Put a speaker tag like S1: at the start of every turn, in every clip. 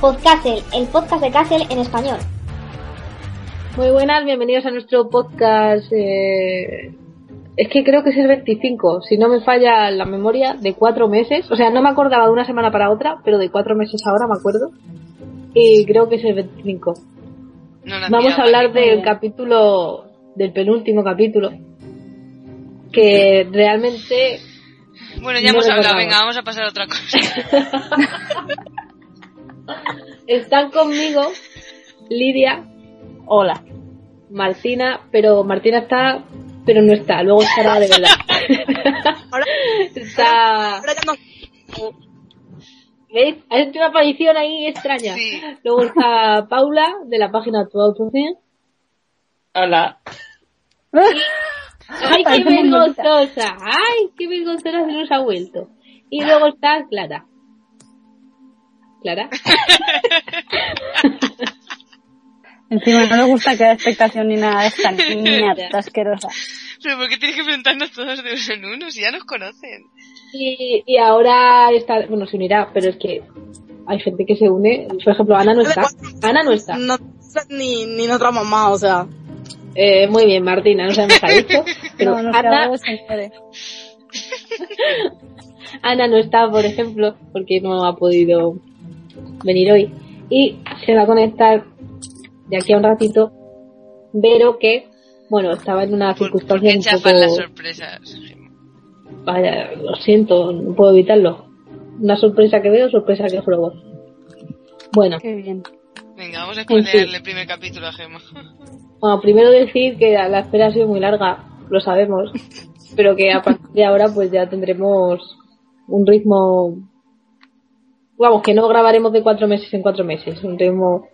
S1: Podcastle, el podcast de Castle en español.
S2: Muy buenas, bienvenidos a nuestro podcast. eh, es que creo que es el 25, si no me falla la memoria, de cuatro meses. O sea, no me acordaba de una semana para otra, pero de cuatro meses ahora me acuerdo. Y creo que es el 25.
S3: No la
S2: Vamos a
S3: miraba
S2: hablar
S3: ni
S2: del
S3: como-
S2: capítulo, del penúltimo capítulo, que realmente
S3: Bueno, ya
S2: no
S3: hemos
S2: recordaba.
S3: hablado, venga, vamos a pasar a otra cosa.
S2: Están conmigo Lidia, hola, Martina, pero Martina está, pero no está, luego estará de verdad. está... ¿Veis? Ha hecho una aparición ahí extraña.
S3: Sí.
S2: Luego está Paula, de la página Actual.net.
S4: Hola.
S2: ¡Ay, qué
S5: Parece muy
S2: vergonzosa! ¡Ay, qué vergonzosa se nos ha vuelto! Y luego está Clara. ¿Clara?
S5: Encima no le gusta crear expectación ni nada de esta niña asquerosa.
S3: Pero ¿por qué tienes que presentarnos todos de uno en uno si ya nos conocen?
S2: Y, y ahora está, bueno, se unirá, pero es que hay gente que se une. Por ejemplo, Ana no está. Ana no está.
S6: no, ni, ni nuestra mamá, o sea.
S2: Eh, muy bien, Martina, no sabemos a esto. Pero
S5: No, no se
S2: Ana,
S5: hago, señores.
S2: Ana no está, por ejemplo, porque no ha podido venir hoy. Y se va a conectar de aquí a un ratito. Vero que, bueno, estaba en una
S3: ¿Por, por
S2: circunstancia
S3: qué
S2: un
S3: chafan
S2: poco...
S3: las sorpresas?
S2: Vaya, lo siento, no puedo evitarlo. Una sorpresa que veo, sorpresa que juego. Bueno,
S5: Qué bien.
S3: Venga, vamos a esconderle
S2: fin.
S3: el primer capítulo a Gemma.
S2: Bueno, primero decir que la la espera ha sido muy larga, lo sabemos, pero que a partir de ahora pues ya tendremos un ritmo, vamos, que no grabaremos de cuatro meses en cuatro meses, un ritmo...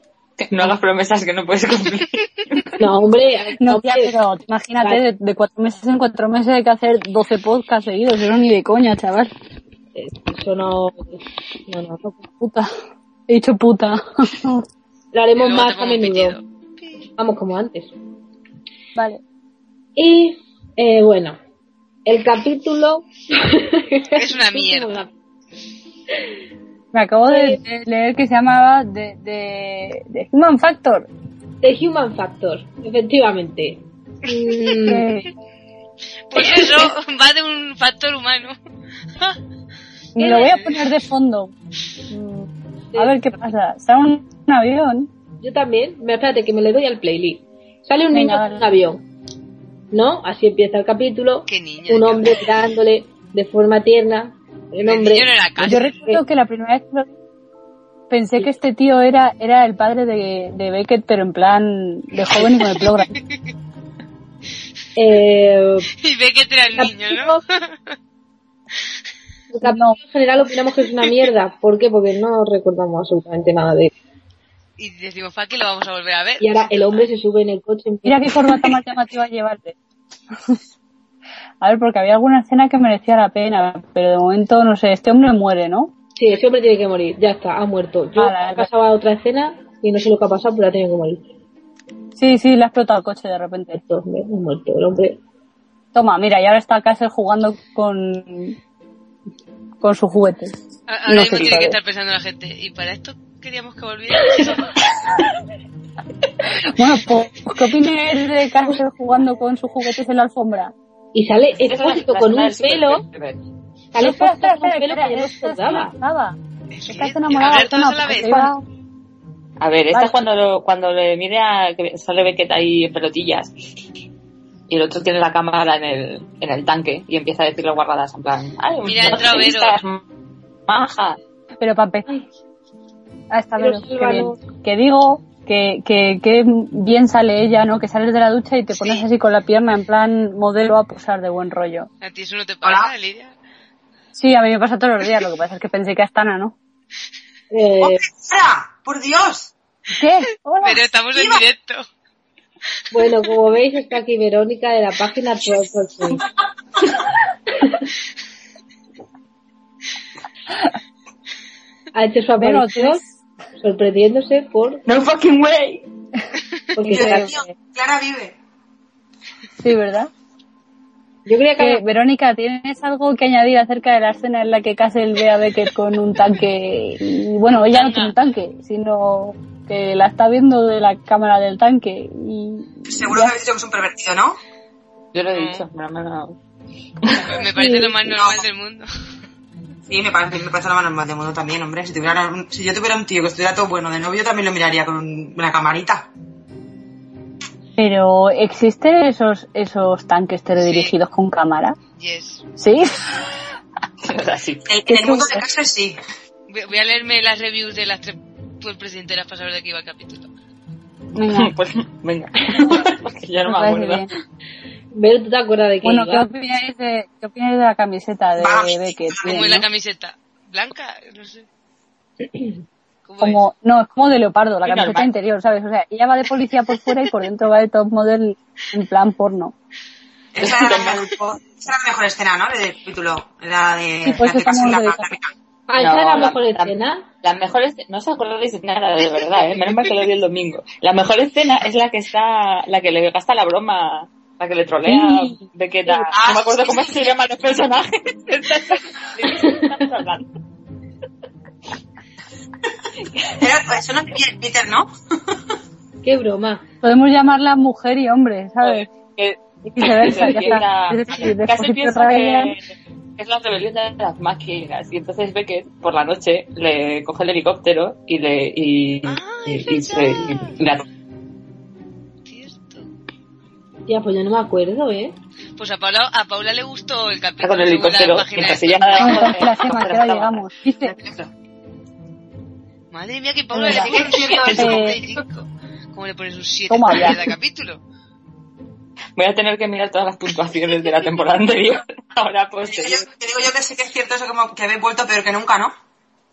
S4: No hagas promesas que no puedes cumplir.
S2: No, hombre, eh,
S5: No,
S2: hombre,
S5: tía, pero imagínate, de, de cuatro meses en cuatro meses hay que hacer 12 podcasts seguidos. Eso ni de coña, chaval.
S2: eso no... no, no.
S5: Puta. He dicho puta.
S2: Lo haremos
S3: Luego te
S2: más a
S3: pongo un
S2: menudo,
S3: pitido.
S2: vamos como antes.
S5: vale.
S2: Y, eh, bueno, el capítulo...
S3: Es una mierda.
S5: Me acabo de, de leer que se llamaba de, de, de Human Factor.
S2: The Human Factor, efectivamente. Mm,
S5: Que
S3: Pues eso va de un factor humano.
S5: me lo voy a poner de fondo. Mm, A ver qué pasa. Está un, un avión.
S2: Yo también. Me- Espérate, que me le doy al playlist. Sale un
S5: Venga,
S2: niño
S5: vale.
S2: en un avión. ¿No? Así empieza el capítulo.
S3: Qué niño.
S2: Un hombre dándole de forma tierna el
S3: El
S2: nombre.
S3: niño no era casi.
S5: Yo recuerdo que la primera vez que lo- pensé que este tío era, era el padre de, de Beckett, pero en plan de joven y con el pelo grande.
S2: Eh,
S3: Y ve que trae el niño, ¿no?
S2: el capítulo en general opinamos que es una mierda. ¿Por qué? Porque no recordamos absolutamente nada de él.
S3: Y decimos, Faki, lo vamos a volver a ver.
S2: Y ahora el hombre se sube en el coche. y
S5: Mira qué corbata más llamativa llevarle. A ver, porque había alguna escena que merecía la pena, pero de momento, no sé, este hombre muere, ¿no?
S2: Sí, ese hombre tiene que morir. Ya está, ha muerto. Yo
S5: Ala,
S2: he pasado a otra escena y no sé lo que ha pasado, pero ha tenido que morir.
S5: Sí, sí, le ha explotado el coche de repente.
S2: Este hombre ha muerto. El hombre
S5: Toma, mira, y ahora está Castle jugando con con su juguete.
S3: A- Ahora mismo
S5: sé,
S3: tiene que
S5: padre.
S3: estar pensando la gente. Y para esto queríamos que volviera.
S5: Bueno, pues, ¿qué opinas de Castle jugando con sus juguetes en la alfombra?
S2: Y sale estático con un pelo. Sale
S5: espera, espera,
S2: estático con
S5: espera,
S2: un pelo
S5: espera,
S2: que yo no
S5: esta es
S2: recordaba.
S5: enamorada. Estás enamorada.
S3: Hablar todos
S5: no,
S3: a la vez.
S5: porque iba-
S4: A ver, esta
S5: Vale.
S4: es cuando, lo- cuando le mire a. que sale Beckett ahí en pelotillas. Y el otro tiene la cámara en el, en el tanque y empieza a decirle guardadas en plan. Ay,
S3: Mira,
S4: no
S3: entra
S4: te
S3: Vero.
S4: vistas, Maja.
S5: Pero para empezar. Ah, está
S2: Pero
S5: Vero, qué
S2: Silvano-
S5: bien. Que digo que, que, que bien sale ella, ¿no? Que sales de la ducha y te pones así con la pierna en plan modelo a posar de buen rollo.
S3: A ti eso no te pasa, Lidia.
S5: Sí, a mí me pasa todos los días, lo que pasa es que pensé que hasta Ana, ¿no?
S2: Eh,
S6: ¡Hola!
S7: ¡Por Dios!
S5: ¿Qué? Hola.
S3: Pero estamos en
S7: Iba.
S3: directo.
S2: Bueno, como veis, está aquí Verónica de la página Purple Twin. Ha hecho su
S5: Pero
S2: aparición sorprendiéndose por
S6: No fucking way.
S2: porque se
S7: Dios
S2: la-
S7: mío, Clara vive.
S5: Sí, ¿verdad?
S2: yo creía
S5: Que,
S2: que
S5: Verónica, ¿tienes algo que añadir acerca de la escena en la que Castle ve a Becker con un tanque? Y bueno, ella no tiene un tanque, sino que la está viendo de la cámara del tanque. Y
S7: Seguro que habéis dicho que es un pervertido, ¿no?
S4: Yo lo he dicho, pero me lo-
S3: Me parece lo más normal del mundo.
S7: Sí, me parece, me parece la mano más de mundo también, hombre. Si, tuviera un- si yo tuviera un tío que estuviera todo bueno de novio, también lo miraría con un- una camarita.
S5: Pero existen esos esos tanques teledirigidos con cámara,
S3: Yes.
S5: ¿sí?
S4: Es así.
S7: En, en
S5: ¿Qué
S7: el mundo de
S5: cosa?
S7: Castle sí.
S3: Voy voy a leerme las reviews de las tres presidenteras para saber de qué iba el capítulo.
S4: Pues venga. Porque ya no me
S5: Me parece
S4: acuerdo.
S5: bien.
S2: Vero, ¿tú te acuerdas de que
S5: Bueno, ¿qué
S2: iba?
S5: opináis de qué opináis de la camiseta de
S7: Vamos,
S5: Becker?
S7: Bien,
S3: ¿Cómo
S5: Tiene,
S3: es la
S5: ¿no?
S3: camiseta? ¿Blanca? No sé. ¿Cómo es?
S5: Como no, es como de leopardo, la
S4: Sí,
S5: camiseta
S4: normal.
S5: interior, ¿sabes? O sea, ella va de policía por fuera y por dentro va de top model en plan porno.
S7: Esa era, la mejor, esa era la mejor escena, ¿no? Del capítulo. La de,
S5: Sí, pues
S7: la de
S5: eso
S7: Castle,
S5: no
S7: la,
S5: lo
S7: la,
S5: de-
S7: la-
S2: Ah, esa
S4: No,
S2: era la
S4: la-
S2: mejor
S4: la-
S2: escena.
S4: La mejor escena, no os acordáis de nada, de verdad, ¿eh? menos mal que lo vi el domingo. La mejor escena es la que está, la que le gasta la broma, la que le trolea
S5: Sí.
S4: de que da,
S7: Ah,
S4: no me acuerdo cómo
S7: sí.
S4: se llaman los personajes. Estamos hablando.
S7: Pero eso no tenía en Twitter, ¿no?
S2: Qué broma.
S5: Podemos llamarla mujer y hombre, ¿sabes?
S4: Que-
S5: Y viceversa, ya
S4: que la-
S5: está. Es decir, después
S4: Casi
S5: de
S4: pienso que
S5: Ryan,
S4: es la rebelión de las máquinas y entonces ve que por la noche le coge el helicóptero y le y,
S3: Ah,
S4: y-
S3: es
S4: y se-
S3: verdad.
S4: y la-
S3: Cierto.
S2: Ya, pues yo no me acuerdo, ¿eh?
S3: Pues a Paula, a Paula le gustó el capítulo.
S4: con el
S3: según la
S4: helicóptero
S3: página
S4: mientras
S3: de
S4: ella
S5: no,
S4: nada-
S5: tranquila, Gemma, que ahora llegamos. Dice,
S3: Facebook. Madre mía, que Paula
S5: Es
S3: le
S5: verdad.
S3: pone un 7 a
S5: Eh.
S3: 55. ¿Cómo le pones un 7
S5: Toma
S3: a
S5: ya.
S3: cada capítulo?
S4: Voy a tener que mirar todas las puntuaciones de la temporada anterior. Ahora pues
S7: Te digo yo- te digo yo que sí que es cierto eso como que habéis vuelto peor que nunca, ¿no?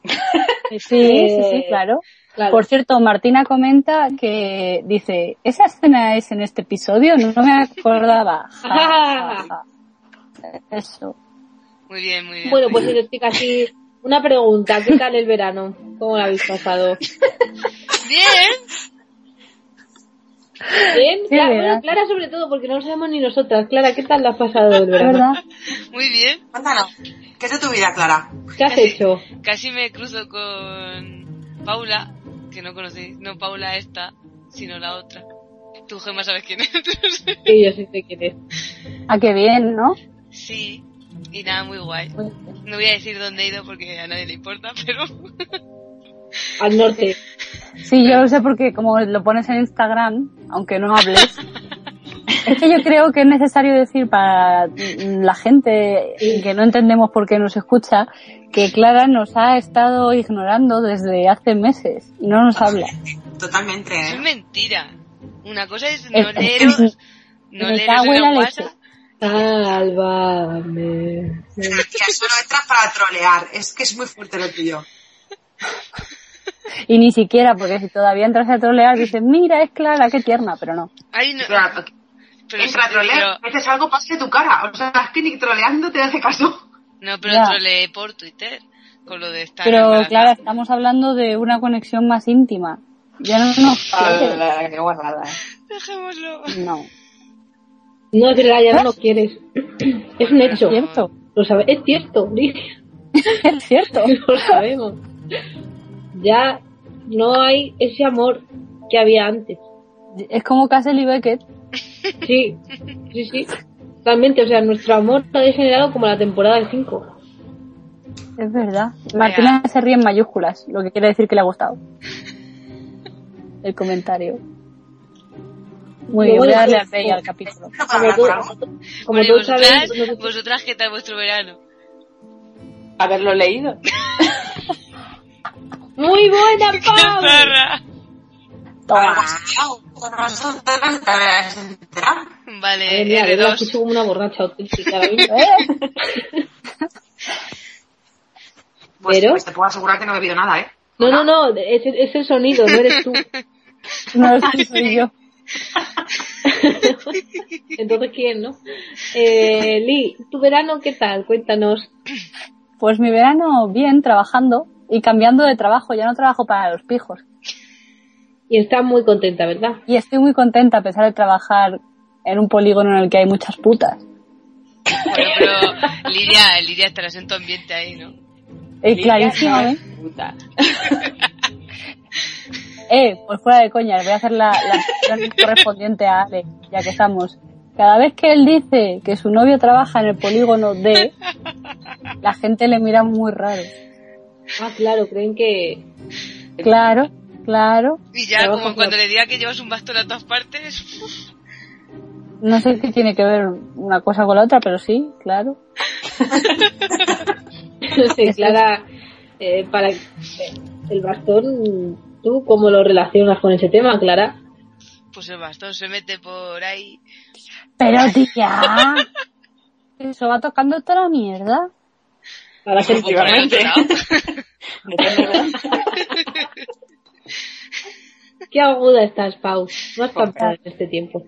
S5: sí, sí, sí, claro.
S2: Claro.
S5: Por cierto, Martina comenta que dice, esa escena es en este episodio, no me acordaba. Ja, ja, ja. Eso.
S3: Muy bien, muy bien.
S2: Bueno, pues si te explica así, una pregunta, ¿qué tal el verano? ¿Cómo lo habéis pasado?
S3: Bien.
S2: Bien,
S5: Sí,
S2: Cla-
S5: ¿verdad?
S2: bueno, Clara sobre todo, porque no lo sabemos ni nosotras. Clara, ¿qué tal la has pasado el
S5: Es
S2: verano?
S5: verdad.
S3: Muy bien.
S7: Cuéntanos. ¿Qué es de tu vida, Clara?
S2: ¿Qué has hecho?
S3: Casi me cruzo con Paula, que no conocí. No Paula esta, sino la otra. Tú, Gemma, sabes quién es.
S2: Que yo sí sé quién es.
S5: Ah, qué bien, ¿no?
S3: sí. Y nada, muy guay. No voy a decir dónde he ido porque a nadie le importa, pero...
S2: Al norte.
S5: Sí, yo lo sé porque como lo pones en Instagram, aunque no hables. Es que yo creo que es necesario decir para la gente que no entendemos por qué nos escucha que Clara nos ha estado ignorando desde hace meses y no nos habla.
S7: Totalmente,
S3: Eso es
S7: ¿eh?
S3: mentira. Una cosa es
S5: Es-
S3: no leeros,
S5: es-
S3: no
S5: me
S3: leeros
S5: cago en
S3: en la
S5: la
S3: WhatsApp.
S5: leche.
S2: Sálvame.
S7: Tía, solo entras para trolear. Es que es muy fuerte lo tuyo.
S5: Y ni siquiera, porque si todavía entras a trolear, dices, mira, es Clara, qué tierna, pero no.
S3: Ay, no,
S7: Claro,
S3: pero,
S7: entra a trolear,
S3: pero-
S7: metes algo pase tu cara. O sea, es que ni troleando te hace caso.
S3: no, pero
S5: Ya.
S3: troleé por Twitter con lo de estar
S5: Pero
S3: embarazada.
S5: Clara, estamos hablando de una conexión más íntima. Ya no nos
S4: Ah,
S5: quieres.
S4: la- qué guarrada.
S3: Dejémoslo.
S5: No,
S2: No, es verdad, ya no nos quieres. Es un hecho.
S5: es cierto,
S2: Lo sabe- es cierto, Lidia,
S5: es cierto.
S2: lo sabemos. Ya no hay ese amor que había antes.
S5: Es como Castle y Beckett.
S2: Sí, sí, sí. Realmente, o sea, nuestro amor se ha degenerado como la temporada 5.
S5: Es verdad. Martina se ríe en mayúsculas, lo que quiere decir que le ha gustado. El comentario. Muy bien, voy a darle al play al capítulo.
S7: No puedo
S2: Como,
S7: hablar
S2: tú-
S7: por algo.
S2: como pues,
S3: Bueno, y
S2: todos sabéis,
S3: vosotras, vosotras, ¿qué tal vuestro verano?
S4: Haberlo leído.
S2: ¡Muy buena,
S5: Ah,
S2: Pau!
S3: ¡Zarra!
S5: Toma.
S7: pues,
S3: Vale, Eh,
S2: Madre mía, de verdad, escucho
S3: R2.
S2: como una borracha auténtica. ahora mismo.
S5: ¿Eh?
S7: Pues,
S2: Pero-
S7: pues te puedo pues, asegurar que no he bebido nada, ¿eh?
S2: No, no, no, es, es el sonido, no eres tú.
S5: No es que soy yo.
S2: Entonces, ¿quién, no? Eh, Lee, ¿tu verano qué tal? Cuéntanos.
S5: Pues mi verano bien, trabajando y cambiando de trabajo. Ya no trabajo para los pijos.
S2: Y estás muy contenta, ¿verdad?
S5: Y estoy muy contenta a pesar de trabajar en un polígono en el que hay muchas putas.
S3: Bueno, pero Lidia, Lidia estarás en tu ambiente ahí, ¿no?
S5: Eh, clarísimamente.
S4: Puta.
S5: Eh, pues fuera de coña, le voy a hacer la, la sección correspondiente a Ale, ya que estamos. Cada vez que él dice que su novio trabaja en el polígono D, la gente le mira muy raro.
S2: Ah, claro, creen que...
S5: Claro, claro.
S3: Y ya,
S5: Trabajo
S3: como
S5: por-
S3: cuando le diga que llevas un bastón a todas partes,
S5: No sé qué tiene que ver una cosa con la otra, pero sí, claro.
S2: No sé, Clara, eh, para eh, el bastón, ¿tú cómo lo relacionas con ese tema, Clara?
S3: pues el bastón se mete por ahí.
S5: Pero tía, eso va tocando toda la mierda.
S2: Para ser
S3: O por el otro lado.
S2: Qué aguda estás, Pau. No has cantado en este tiempo.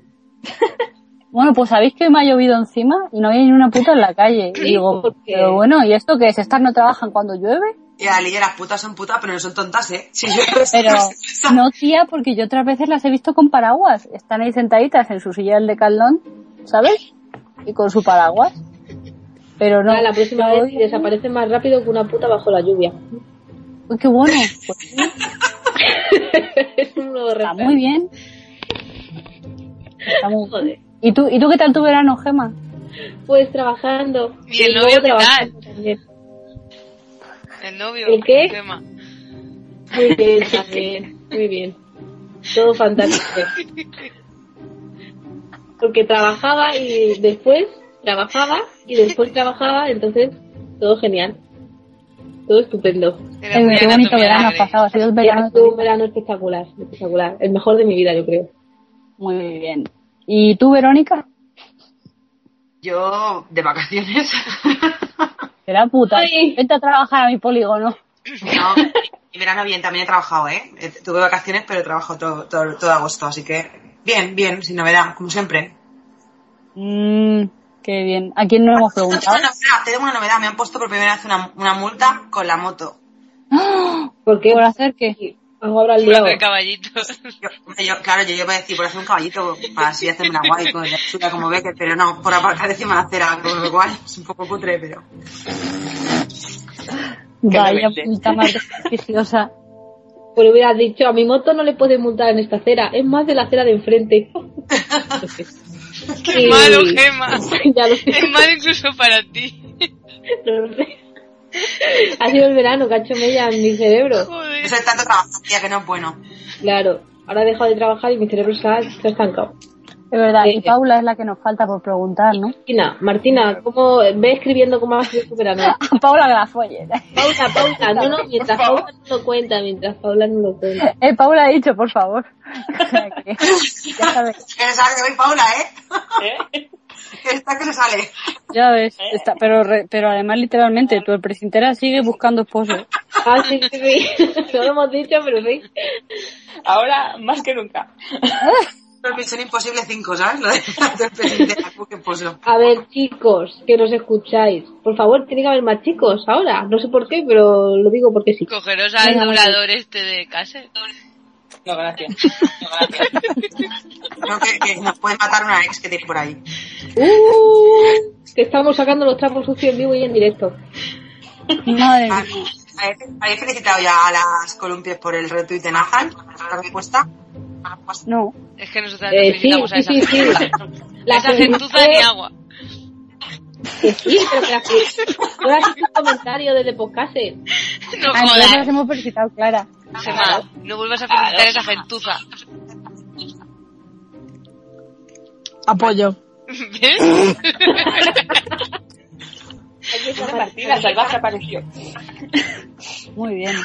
S5: Bueno, pues sabéis que hoy me ha llovido encima y no había ni una puta en la calle. Y digo,
S2: porque-
S5: pero bueno, ¿y esto qué es? ¿Estas no trabajan cuando llueve?
S7: Y a Lidia las putas son putas, pero no son tontas, ¿eh? Si yo-
S5: Pero
S2: Pues
S5: no, tía, porque yo otras veces las he visto con paraguas. Están ahí sentaditas en su silla del decaldón, ¿sabes? Y con su paraguas. Pero no.
S2: Ah, la próxima
S5: yo
S2: vez
S5: hoy-
S2: desaparece más rápido que una puta bajo la lluvia.
S5: Uy, qué bueno. Pues sí,
S2: es un nuevo
S5: está
S2: refrán.
S5: muy bien. Está muy-
S2: Joder.
S5: ¿Y tú, ¿Y tú qué tal tu verano, Gema?
S2: Pues trabajando.
S3: ¿Y el
S2: luego
S3: novio qué
S2: trabajando también.
S3: El novio.
S2: ¿El qué?
S3: Gema.
S2: Muy bien, también. Muy bien. Todo fantástico. Porque trabajaba y después trabajaba y después trabajaba, entonces todo genial. Todo estupendo.
S3: Era
S5: Eh,
S3: muy
S5: qué bonito
S3: anatomía
S5: verano has
S3: de Grey.
S5: pasado. Ha sido el
S2: Ha
S5: verano.
S2: sido un verano espectacular, espectacular. El mejor de mi vida, yo creo.
S5: Muy bien. ¿Y tú, Verónica?
S7: Yo de vacaciones.
S5: Será puta.
S2: Ay.
S5: Vete a trabajar a mi polígono.
S7: no, y verano bien, también he trabajado, ¿eh? Eh, Tuve vacaciones, pero he trabajado todo, todo, todo agosto, así que bien, bien, sin novedad, como siempre.
S5: Mmm, qué bien. ¿A quién no hemos
S7: Tengo
S5: preguntado?
S7: una novedad, tengo una novedad, me han puesto por primera vez una, una multa con la moto.
S2: ¿Por qué?
S5: ¿Por hacer qué?
S2: Algo habrá
S3: Por
S2: liado.
S3: hacer caballitos.
S7: Yo- hombre, yo- claro, yo iba a decir, por hacer un caballito, para así hacerme la guay con la chula como Becker, pero no, por aparcar encima de la acera, con lo cual es un poco cutre, pero...
S5: Vaya
S4: rebelde.
S5: puta más prestigiosa.
S2: Pues le hubieras dicho, a mi moto no le puedes multar en esta acera, es más de la acera de enfrente.
S3: Qué
S2: Y-
S3: malo, Gema.
S2: ya lo sé,
S3: Es malo incluso para ti.
S2: lo sé. Ha sido el verano que ha hecho mella en mi cerebro.
S3: Joder.
S7: Eso es tanto trabajo, tía, que no es bueno.
S2: Claro, ahora he dejado de trabajar y mi cerebro se ha, se ha estancado.
S5: Es verdad, y
S2: Sí.
S5: Paula es la que nos falta por preguntar, ¿no?
S2: Martina, Martina, ¿cómo ve escribiendo cómo ha sido tu verano?
S5: A Paula que la folle.
S2: Pausa, pausa, no, no, mientras Paula no lo cuenta, mientras Paula no lo cuenta.
S5: Eh, Paula ha dicho, por favor. O sea que, ya sabes,
S7: Que le sale hoy, Paula, ¿eh? Esta que le sale.
S5: ya ves. Está, pero, re- pero además, literalmente, tu presintera sigue buscando esposo.
S2: Ah, sí, sí, sí. No lo hemos dicho, pero sí.
S4: Ahora más que nunca.
S7: Pero Misión Imposible 5, ¿sabes? Lo de del presidente de la pues que puso.
S2: A ver, chicos, que nos escucháis. Por favor, tiene que haber más chicos ahora. No sé por qué, pero lo digo porque sí.
S3: Cogeros al
S5: Venga,
S3: doblador este de casa.
S4: No, gracias. No, gracias.
S7: Creo que, que nos puede matar una ex que tiene por ahí.
S2: ¡Uh! Que estamos sacando los trapos sucios en vivo y en directo.
S5: Madre mía.
S7: Ah, ¿Habéis felicitado ya a las columpias por el retweet de Nathan? ¿La respuesta?
S5: No.
S3: Es que nosotros
S2: Eh,
S3: nos felicitamos
S2: sí,
S3: a esa
S2: sí, sí, sí.
S3: gentuza.
S2: La
S3: esa gentuza ni
S2: felicité.
S3: agua.
S2: Que sí, pero que así. No has hecho un comentario desde podcast.
S3: No
S5: Ah, entonces nos
S3: jodas,
S5: hemos felicitado, Clara.
S3: Gema. No vuelvas a felicitar a esa gentuza.
S6: Apoyo.
S3: ¿Ves?
S4: Una Martina salvaje apareció.
S5: Muy bien.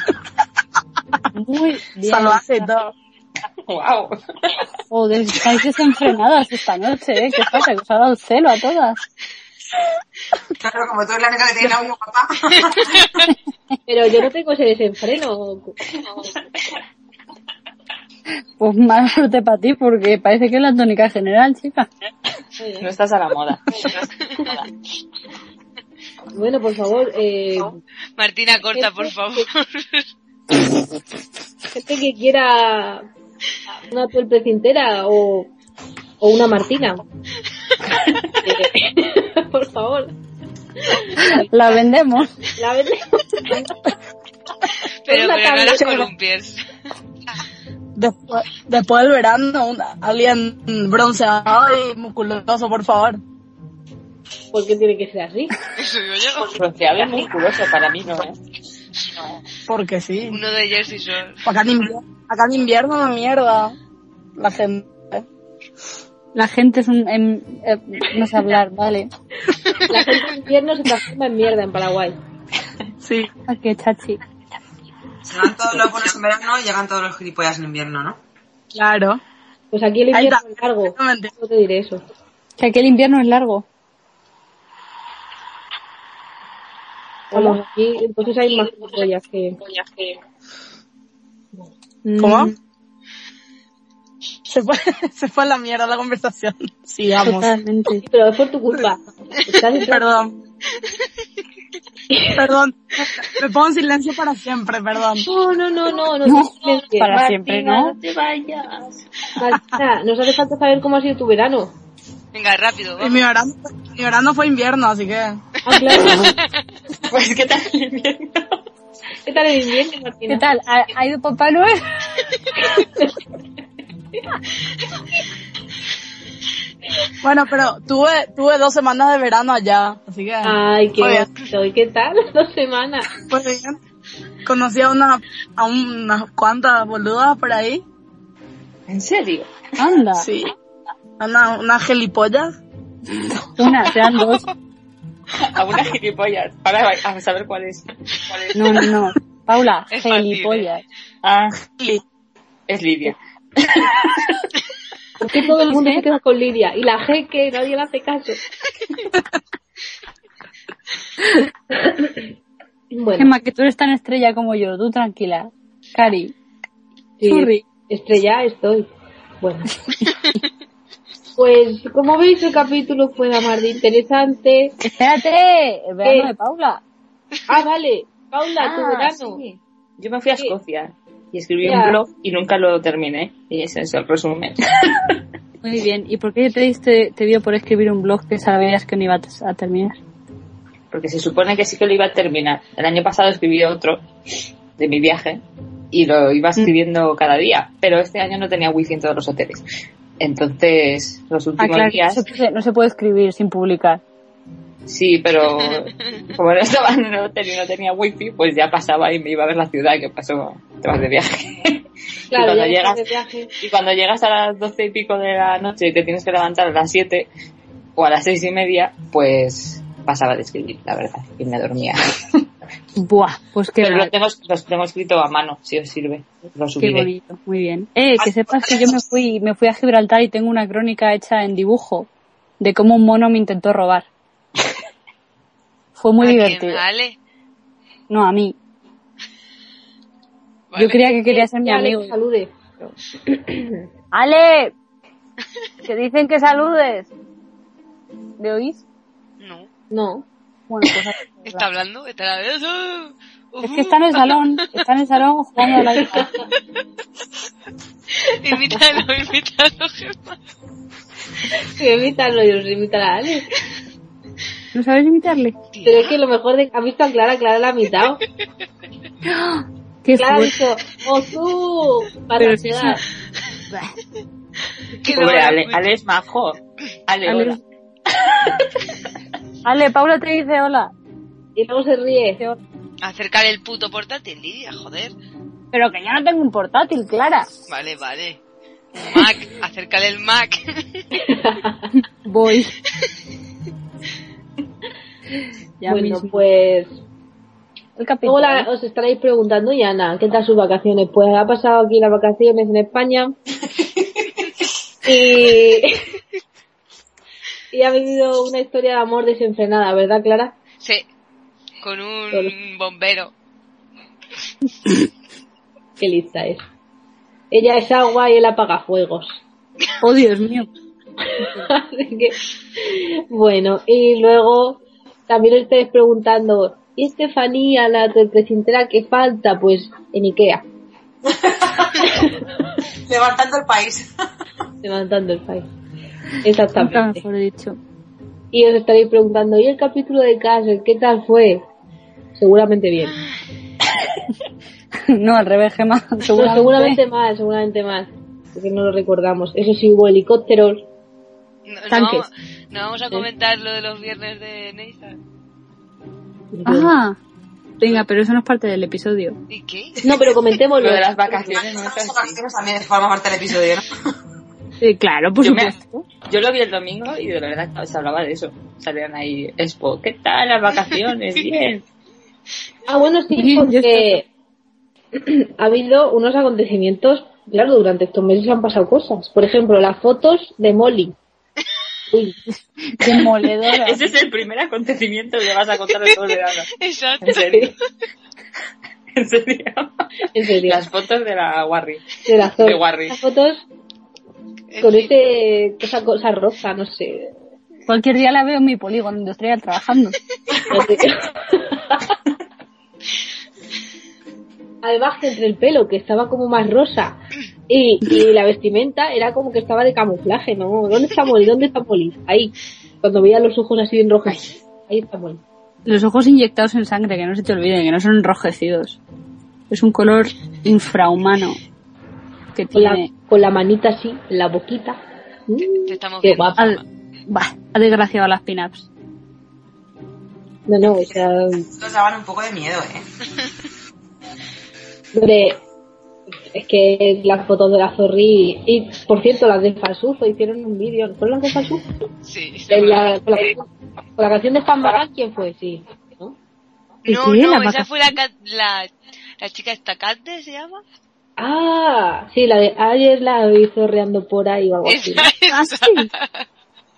S5: Muy bien.
S6: Salvaje todo.
S4: Wow.
S5: Joder, estáis desenfrenadas esta noche, ¿eh? ¿Qué pasa? Que os ha dado el celo a todas.
S7: Claro, como tú eres la única que tiene novio, papá.
S2: Pero yo no tengo ese desenfreno.
S5: Pues mala suerte para ti, porque parece que es la tónica general, chica.
S4: No estás a la moda.
S2: Bueno, por favor, eh,
S3: Martina, corta, por favor.
S2: gente que quiera una tuerpe cintera o, o una martina. Eh, por favor,
S5: La vendemos.
S2: la vendemos.
S3: Pero,
S2: una
S3: pero no las
S2: tabla.
S3: columpies.
S6: Después, después del verano, un- alguien bronceado y musculoso, por favor.
S2: ¿Por qué tiene que ser así?
S3: Eso digo yo.
S4: Bronceado y musculoso para mí no ¿eh? es.
S6: Porque sí.
S3: Uno de Jersey Shore.
S6: Acá en, invier- acá en invierno, una mierda. La gente.
S5: La gente es un... em- eh, no sé hablar, vale.
S2: La gente en invierno se transforma en mierda en Paraguay.
S6: Sí.
S5: Ah, qué chachi.
S7: Se van todos los buenos en verano y llegan todos los gilipollas en invierno, ¿no?
S6: Claro.
S2: Pues aquí el
S6: Ahí
S2: invierno
S6: está.
S2: es largo.
S6: Exactamente.
S2: No te diré eso.
S5: Que aquí el invierno es largo.
S2: Vamos, aquí entonces hay más pollas que...
S6: ¿Cómo? Se fue, se fue a la mierda la conversación. Sigamos.
S5: Totalmente.
S2: Pero es por tu culpa. Estás en-
S6: Perdón. Perdón. Me pongo en silencio para siempre, perdón.
S2: No, no, no, no, no,
S5: No,
S2: te silencies.
S5: para siempre, ¿no?
S2: Martina, nos hace falta saber cómo ha sido tu verano.
S3: Venga, rápido,
S6: Y
S3: vamos.
S6: mi verano, mi verano fue invierno, así que...
S2: Ah, claro.
S4: Pues qué tal el invierno.
S2: ¿Qué tal el invierno,
S5: ¿Qué
S2: Martina?
S5: tal? ¿Ha, ha ido Papá Noel?
S6: Bueno, pero tuve, tuve dos semanas de verano allá, así que... pues,
S2: Ay, qué
S6: Muy bien.
S2: bonito. ¿Y qué tal? Dos semanas.
S6: Pues bien. Conocí a, una, a unas cuantas boludas por ahí.
S4: ¿En serio?
S5: Anda.
S6: Sí. A Una, una gilipollas.
S5: Una, sean dos.
S4: A una gilipollas. Ahora va- a saber cuál es. ¿Cuál es?
S5: No, no, no. Paula,
S3: Es fácil, ¿eh?
S5: gilipollas.
S4: Ah,
S6: Sí.
S4: es Lidia.
S2: ¿Por qué todo el mundo se queda con Lidia? Y la G que nadie le hace caso. Bueno,
S5: Gemma, que tú eres tan estrella como yo, tú tranquila. Cari,
S2: sí,
S5: churri.
S2: estrella estoy. Bueno. Pues como veis el capítulo fue la más de interesante.
S5: espérate, el verano de Paula.
S2: Ah, vale. Paula, tu verano.
S4: sí. Yo me fui a
S2: Sí.
S4: Escocia y escribí
S2: Ya.
S4: un blog y nunca lo terminé. Y ese es el resumen.
S5: Muy bien, ¿y por qué te diste, te dio por escribir un blog que sabías que no iba a t- a terminar?
S4: porque se supone que sí que lo iba a terminar. El año pasado escribí otro de mi viaje y lo iba escribiendo cada día, pero este año no tenía wifi en todos los hoteles. Entonces, los
S5: Ah,
S4: últimos
S5: claro, no
S4: días,
S5: se, puede, no se puede escribir sin publicar.
S4: sí, pero como no estaba en el hotel y no tenía wifi, pues ya pasaba y me iba a ver la ciudad que pasó, te vas de viaje. y
S2: Claro, ya
S4: cuando
S2: estás
S4: llegas,
S2: de viaje.
S4: Y cuando llegas a las doce y pico de la noche y te tienes que levantar a las siete o a las seis y media, pues pasaba de escribir, la verdad, y me dormía.
S5: Buah, pues qué,
S4: Pero
S5: mal,
S4: lo tengo, los tengo escrito a mano, si os sirve. Lo
S5: qué
S4: subiré.
S5: bonito, muy bien. Eh, que sepas que yo me fui, me fui a Gibraltar y tengo una crónica hecha en dibujo de cómo un mono me intentó robar. Fue muy
S4: Ah,
S3: ¿A quién?
S5: divertido.
S3: Vale.
S5: No, a mí.
S3: Vale.
S5: Yo creía que quería ser mi
S2: Ya, Ale,
S5: amigo.
S2: salude.
S5: ¡Ale! Que dicen que saludes. ¿Le oís?
S3: No.
S2: No.
S5: Bueno, pues ahora se
S3: ¿Está
S5: va.
S3: hablando? ¿Está la Uh,
S5: Es que está en el salón, está en el salón jugando a la hija.
S3: Invítalo, invítalo, Gemma.
S2: Que invitarlo yo, se invitará a Ale.
S5: ¿No sabes imitarle?
S2: Pero es que lo mejor de... ¿Ha visto a Clara? Clara la ha mitad.
S5: Qué
S2: Clara ha
S5: fuerte.
S2: dicho, ¡Oh, tú! Para
S5: Pero
S2: la
S5: si
S2: ciudad".
S3: Que no
S4: Hombre,
S3: la
S4: Ale,
S3: escucho.
S4: Ale es majo. Ale,
S5: Ale-
S4: hola.
S5: Ale, Paula te dice hola.
S2: Y luego se ríe.
S3: Acercar el puto portátil, Lidia, joder.
S5: Pero que yo no tengo un portátil, Clara.
S3: Vale, vale. Un Mac, acércale el Mac.
S5: Voy. ya
S2: bueno,
S5: mismo.
S2: pues...
S5: El
S2: Luego
S5: capítulo.
S2: la-
S5: ¿eh?
S2: os estaréis preguntando, y Ana, ¿qué tal sus vacaciones? Pues ha pasado aquí las vacaciones en España. y... y ha vivido una historia de amor desenfrenada, ¿verdad, Clara?
S3: Sí. Con un bombero.
S2: Qué lista es. Ella es agua y él apaga fuegos.
S5: Oh, Dios mío.
S2: Así que, bueno, y luego también estáis preguntando, ¿y Estefanía, la representera que falta? Pues en Ikea,
S7: Levantando el país.
S2: levantando el país.
S5: Nunca
S2: Exactamente.
S5: mejor dicho.
S2: Y os estaréis preguntando, ¿y el capítulo de Castle? ¿Qué tal fue? Seguramente bien.
S4: Ah,
S5: No, al revés, Gemma.
S2: Seguramente,
S5: Pues Seguramente.
S2: seguramente más, seguramente más. Porque no lo recordamos. Eso sí, hubo helicópteros.
S3: No, no
S5: Tanques.
S3: vamos- no vamos a comentar lo de los viernes de Neizar.
S5: Ah, venga, pero eso no es parte del episodio.
S3: ¿Y qué?
S2: No, pero comentémoslo.
S4: Lo de las
S7: Las
S4: vacaciones no es así.
S7: vacaciones también forma parte del episodio, ¿no?
S5: Eh, claro, por
S4: Yo me-
S5: supuesto.
S4: Yo lo vi el domingo y de verdad se hablaba de eso. Salían ahí, Expo, ¿qué tal las vacaciones? Bien.
S2: Ah, bueno, sí,
S5: Sí, ya
S2: porque ha habido unos acontecimientos, claro, durante estos meses han pasado cosas. Por ejemplo, las fotos de Molly. Uy,
S5: Demoledora.
S4: Ese es el primer acontecimiento que vas a contar de todo el verano.
S3: Exacto.
S4: En serio. En serio.
S2: en serio,
S4: Las fotos de la Warri.
S2: de la zona.
S4: de Warri.
S2: Las fotos con este, esa cosa roja, no sé.
S5: Cualquier día la veo en mi polígono industrial trabajando.
S2: No sé. Además que entre el pelo, que estaba como más rosa, y, y la vestimenta era como que estaba de camuflaje, ¿no? ¿Dónde está Molly? ¿Dónde está Molly? Ahí, cuando veía los ojos así bien rojos. Ahí está Molly.
S5: Los ojos inyectados en sangre, que no se te olviden, que no son enrojecidos. Es un color infrahumano que
S2: con la,
S5: tiene...
S2: con la manita así, en la boquita. Mm,
S3: Te estamos
S2: qué
S3: viendo.
S2: guapa.
S5: Al... Bah, ha desgraciado a las pin-ups.
S2: No, no, o sea,
S7: Los daban un poco de miedo, ¿eh?
S2: hombre, es que las fotos de la Zorri y, por cierto, las de Falsufo hicieron un vídeo. ¿Fueron las de Falsufo?
S3: Sí.
S2: De la- con, la, con la canción de Juan Magán, ¿quién fue? Sí. ¿no?
S5: ¿Y
S3: No,
S5: qué?
S3: no,
S5: ¿La
S3: esa
S5: vaca-
S3: fue la, ca- la, la chica estacante, ¿se llama?
S2: Ah, sí, la de ayer la vi zorreando por ahí o algo así.
S3: Esa, esa.
S5: Ah, sí.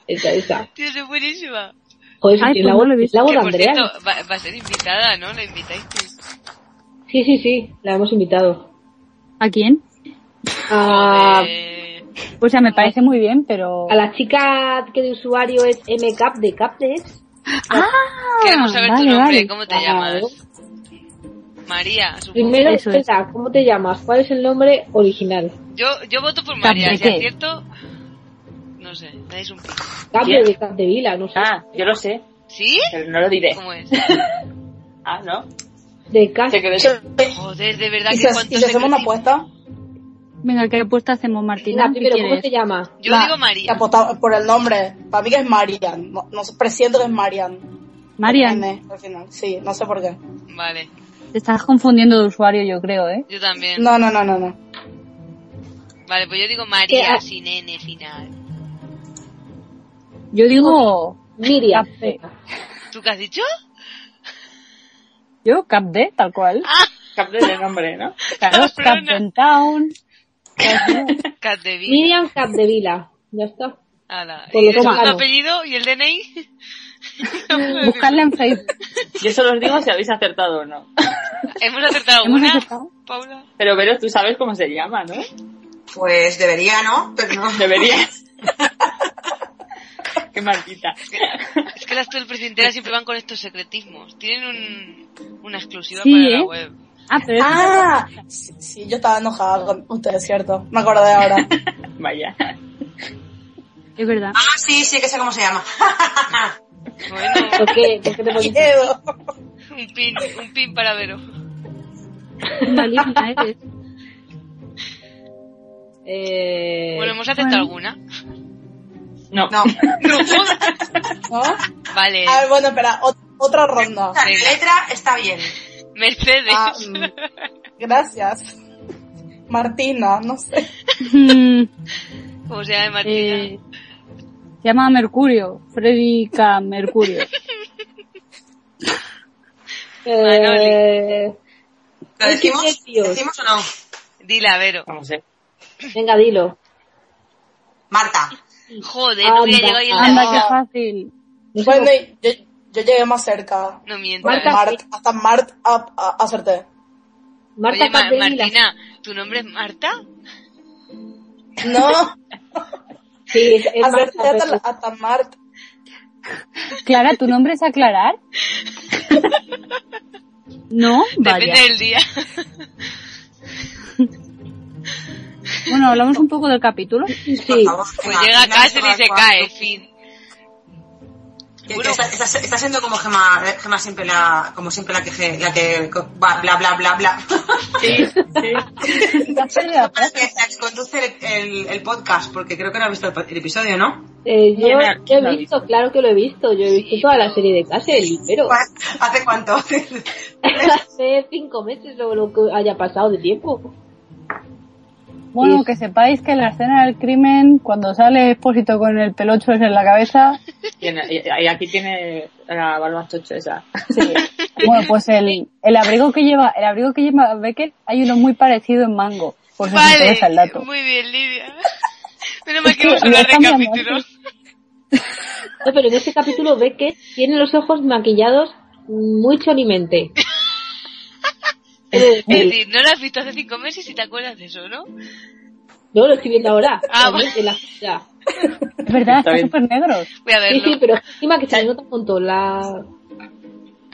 S2: Esa, esa.
S3: Tío, es buenísima.
S2: Joder, sí,
S5: Ay,
S2: sí,
S5: pues
S2: la
S5: no
S2: voz
S5: lo he visto.
S2: la voz
S3: Que,
S2: de
S3: por
S2: Andrea.
S3: cierto, va, va a ser invitada, ¿no? La invitasteis.
S2: Sí, sí, sí, la hemos invitado.
S5: ¿A quién?
S2: Ah,
S3: Eh,
S5: O sea, me parece muy bien, pero...
S2: a la chica que de usuario es MCAP de CAPDES.
S3: queremos saber tu
S5: vale,
S3: nombre,
S5: vale.
S3: ¿cómo te
S2: Claro.
S3: llamas? María, supongo.
S2: Primero,
S5: Eso es.
S2: espera, ¿cómo te llamas? ¿Cuál es el nombre original?
S3: Yo, yo voto por María, si
S5: Caprique.
S3: acierto... No sé, me dais un pico.
S2: Cambio
S4: Bien.
S2: de Capdevila, no sé.
S4: Ah, yo lo sé,
S3: ¿Sí?
S4: pero no lo diré.
S3: ¿Cómo es?
S4: Ah, ¿no?
S2: De Cas-
S4: Se quedó-
S3: Joder, de verdad
S6: ¿Y
S3: que
S6: si,
S3: cuánto
S6: y si hacemos una
S3: secretismo.
S6: apuesta?
S5: Venga, ¿qué apuesta hacemos,
S2: La
S5: Martina? ¿Qué
S2: primero, ¿cómo
S5: quieres?
S2: se llama?
S3: Yo
S6: La-
S3: digo
S6: la
S3: María.
S6: apostaba por el nombre. Para mí que es Marian. No, no sé, presiento que es Marian.
S5: Marian,
S6: N, al final. Sí, no sé por qué.
S3: Vale,
S5: te estás confundiendo de usuario, yo creo, ¿eh?
S3: yo también.
S6: No, no, no, no, no.
S3: Vale, pues yo digo María
S2: ah-
S3: sin N final.
S5: Yo digo...
S2: Miriam.
S5: Cap D.
S3: ¿Tú qué has dicho?
S5: Yo, Cap D, tal cual.
S2: Ah,
S4: Cambio de nombre, ¿no?
S5: Claro, Cap
S3: cabrona.
S5: and Town.
S3: Catevina.
S2: Miriam Capdevila. Ya está.
S3: Ala,
S2: Por lo
S3: ¿y el segundo
S2: romano.
S3: apellido y el DNI?
S5: Buscarla en Facebook.
S4: Yo solo os digo si habéis acertado o no.
S3: ¿Hemos acertado
S5: ¿Hemos
S3: una,
S5: acertado?
S3: Paula?
S4: Pero Vero, tú sabes cómo se llama, ¿no?
S7: Pues debería, ¿no? Pero no.
S4: Deberías. Qué maldita.
S3: Es que las telepresenteras siempre van con estos secretismos. Tienen un, una exclusiva
S5: Sí,
S3: para
S5: ¿eh?
S3: la web.
S5: Ah, pero es-
S6: Ah, sí, sí, yo estaba enojada con ustedes, ¿cierto? Me acordé ahora.
S4: Vaya.
S5: es verdad.
S7: Ah, sí, sí, que sé cómo se llama.
S3: Bueno,
S2: ¿Por qué? ¿Por qué te pones-
S6: Miedo.
S3: un pin, un pin para Vero.
S5: Maligna eres.
S2: Eh,
S3: Bueno, ¿hemos acertado
S5: bueno.
S3: alguna?
S4: No.
S7: No.
S6: ¿No?
S3: Vale,
S6: A ver, bueno, espera, ot- otra ronda.
S7: La letra está bien.
S3: Mercedes.
S6: Ah, mm, gracias. Martina, no sé.
S5: Mm,
S3: ¿Cómo se llama Martina?
S5: eh, se llama Mercurio. Freddy K. Mercurio.
S2: eh,
S7: ¿Lo
S2: Ay, qué
S7: decimos?
S2: nervios.
S7: ¿Decimos o no?
S3: Dila, Vero.
S4: Vamos a ver.
S2: venga, dilo.
S7: Marta.
S3: Joder, no hubiera
S2: Anda,
S3: llegado ahí en la...
S5: Anda,
S6: Ah.
S5: qué fácil.
S6: Bueno, y yo, yo llegué más cerca.
S3: No mientas.
S6: Mart, hasta Mart a- a- ah, acerté.
S2: Marta
S3: Oye, Ma-
S2: Capdevila.
S3: Martina, ¿tu nombre es Marta?
S6: No,
S2: Sí, es, es Marta,
S6: hacerte hasta,
S2: pero-
S6: hasta Mart.
S5: Clara, ¿tu nombre es aclarar? No, vaya.
S3: Depende del día. Pues
S5: Bueno, hablamos un poco del capítulo.
S2: sí.
S3: Pues llega Cáceres y se cae, fin.
S7: Está, está- está siendo como Gemma, Gemma siempre la, como siempre la que, ge- la que va bla bla bla bla. Parece que se conduce el, el- el podcast, porque creo que no has visto el, po- el episodio, ¿no?
S2: Eh, yo,
S4: ¿Quién la-
S2: yo
S4: quién la
S2: he
S4: ha
S2: visto, claro que lo he visto. Yo he visto toda la serie de Castle, pero
S7: Pues, ¿Hace cuánto?
S2: hace cinco meses o lo que haya pasado de tiempo.
S5: Bueno,
S2: Sí.
S5: que sepáis que la escena del crimen, cuando sale Expósito con el pelocho ese en la cabeza,
S4: Tiene- Y, y aquí tiene la barba chocho esa.
S5: bueno, pues el, el abrigo que lleva, el abrigo que lleva Beckett, hay uno muy parecido en Mango, por si os
S3: Vale,
S5: interesa el dato.
S3: muy bien, Lidia. Menos mal
S5: Es
S3: que
S5: que
S3: vamos a
S5: lo
S3: hablar de
S5: cambian
S3: capítulo.
S5: antes.
S2: No, pero en este capítulo ve que tiene los ojos maquillados muy chorimente.
S3: Es decir, no lo has visto hace cinco meses y te acuerdas de eso, ¿no?
S2: No, lo estoy viendo ahora.
S3: Ah,
S2: También en la ya.
S5: Es verdad, está
S4: Está bien.
S5: súper negro.
S3: Voy a
S2: Sí,
S3: verlo.
S2: sí, pero encima que se le nota un montón la...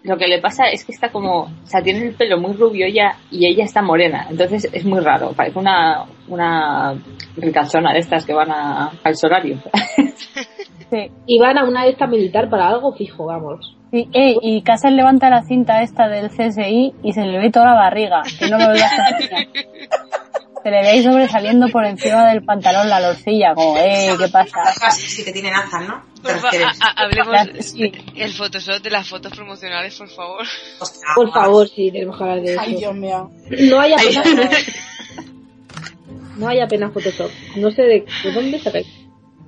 S4: Lo que le pasa es que está como, o sea, tiene el pelo muy rubio ya y ella está morena, entonces es muy raro, parece una, una ricachona de estas que van a, al solario.
S5: Sí.
S2: Y van a una de estas militar para algo fijo, vamos.
S5: Y, eh, y Castle levanta la cinta esta del CSI y se le ve toda la barriga, que no lo veas Se le ve ahí sobresaliendo por encima del pantalón la lorcilla, como, eh, ¿qué pasa?
S7: Casi sí que tiene Nazan, ¿no? ¿Te
S3: Por fa-
S7: refieres?
S3: ha- ha- hablemos
S5: Sí.
S3: el Photoshop de las fotos promocionales, por favor.
S7: Ostras,
S2: Por favor, sí, tenemos que hablar de eso.
S6: Ay, Dios mío.
S2: No hay apenas... No hay apenas Photoshop. No sé de, de dónde sacáis.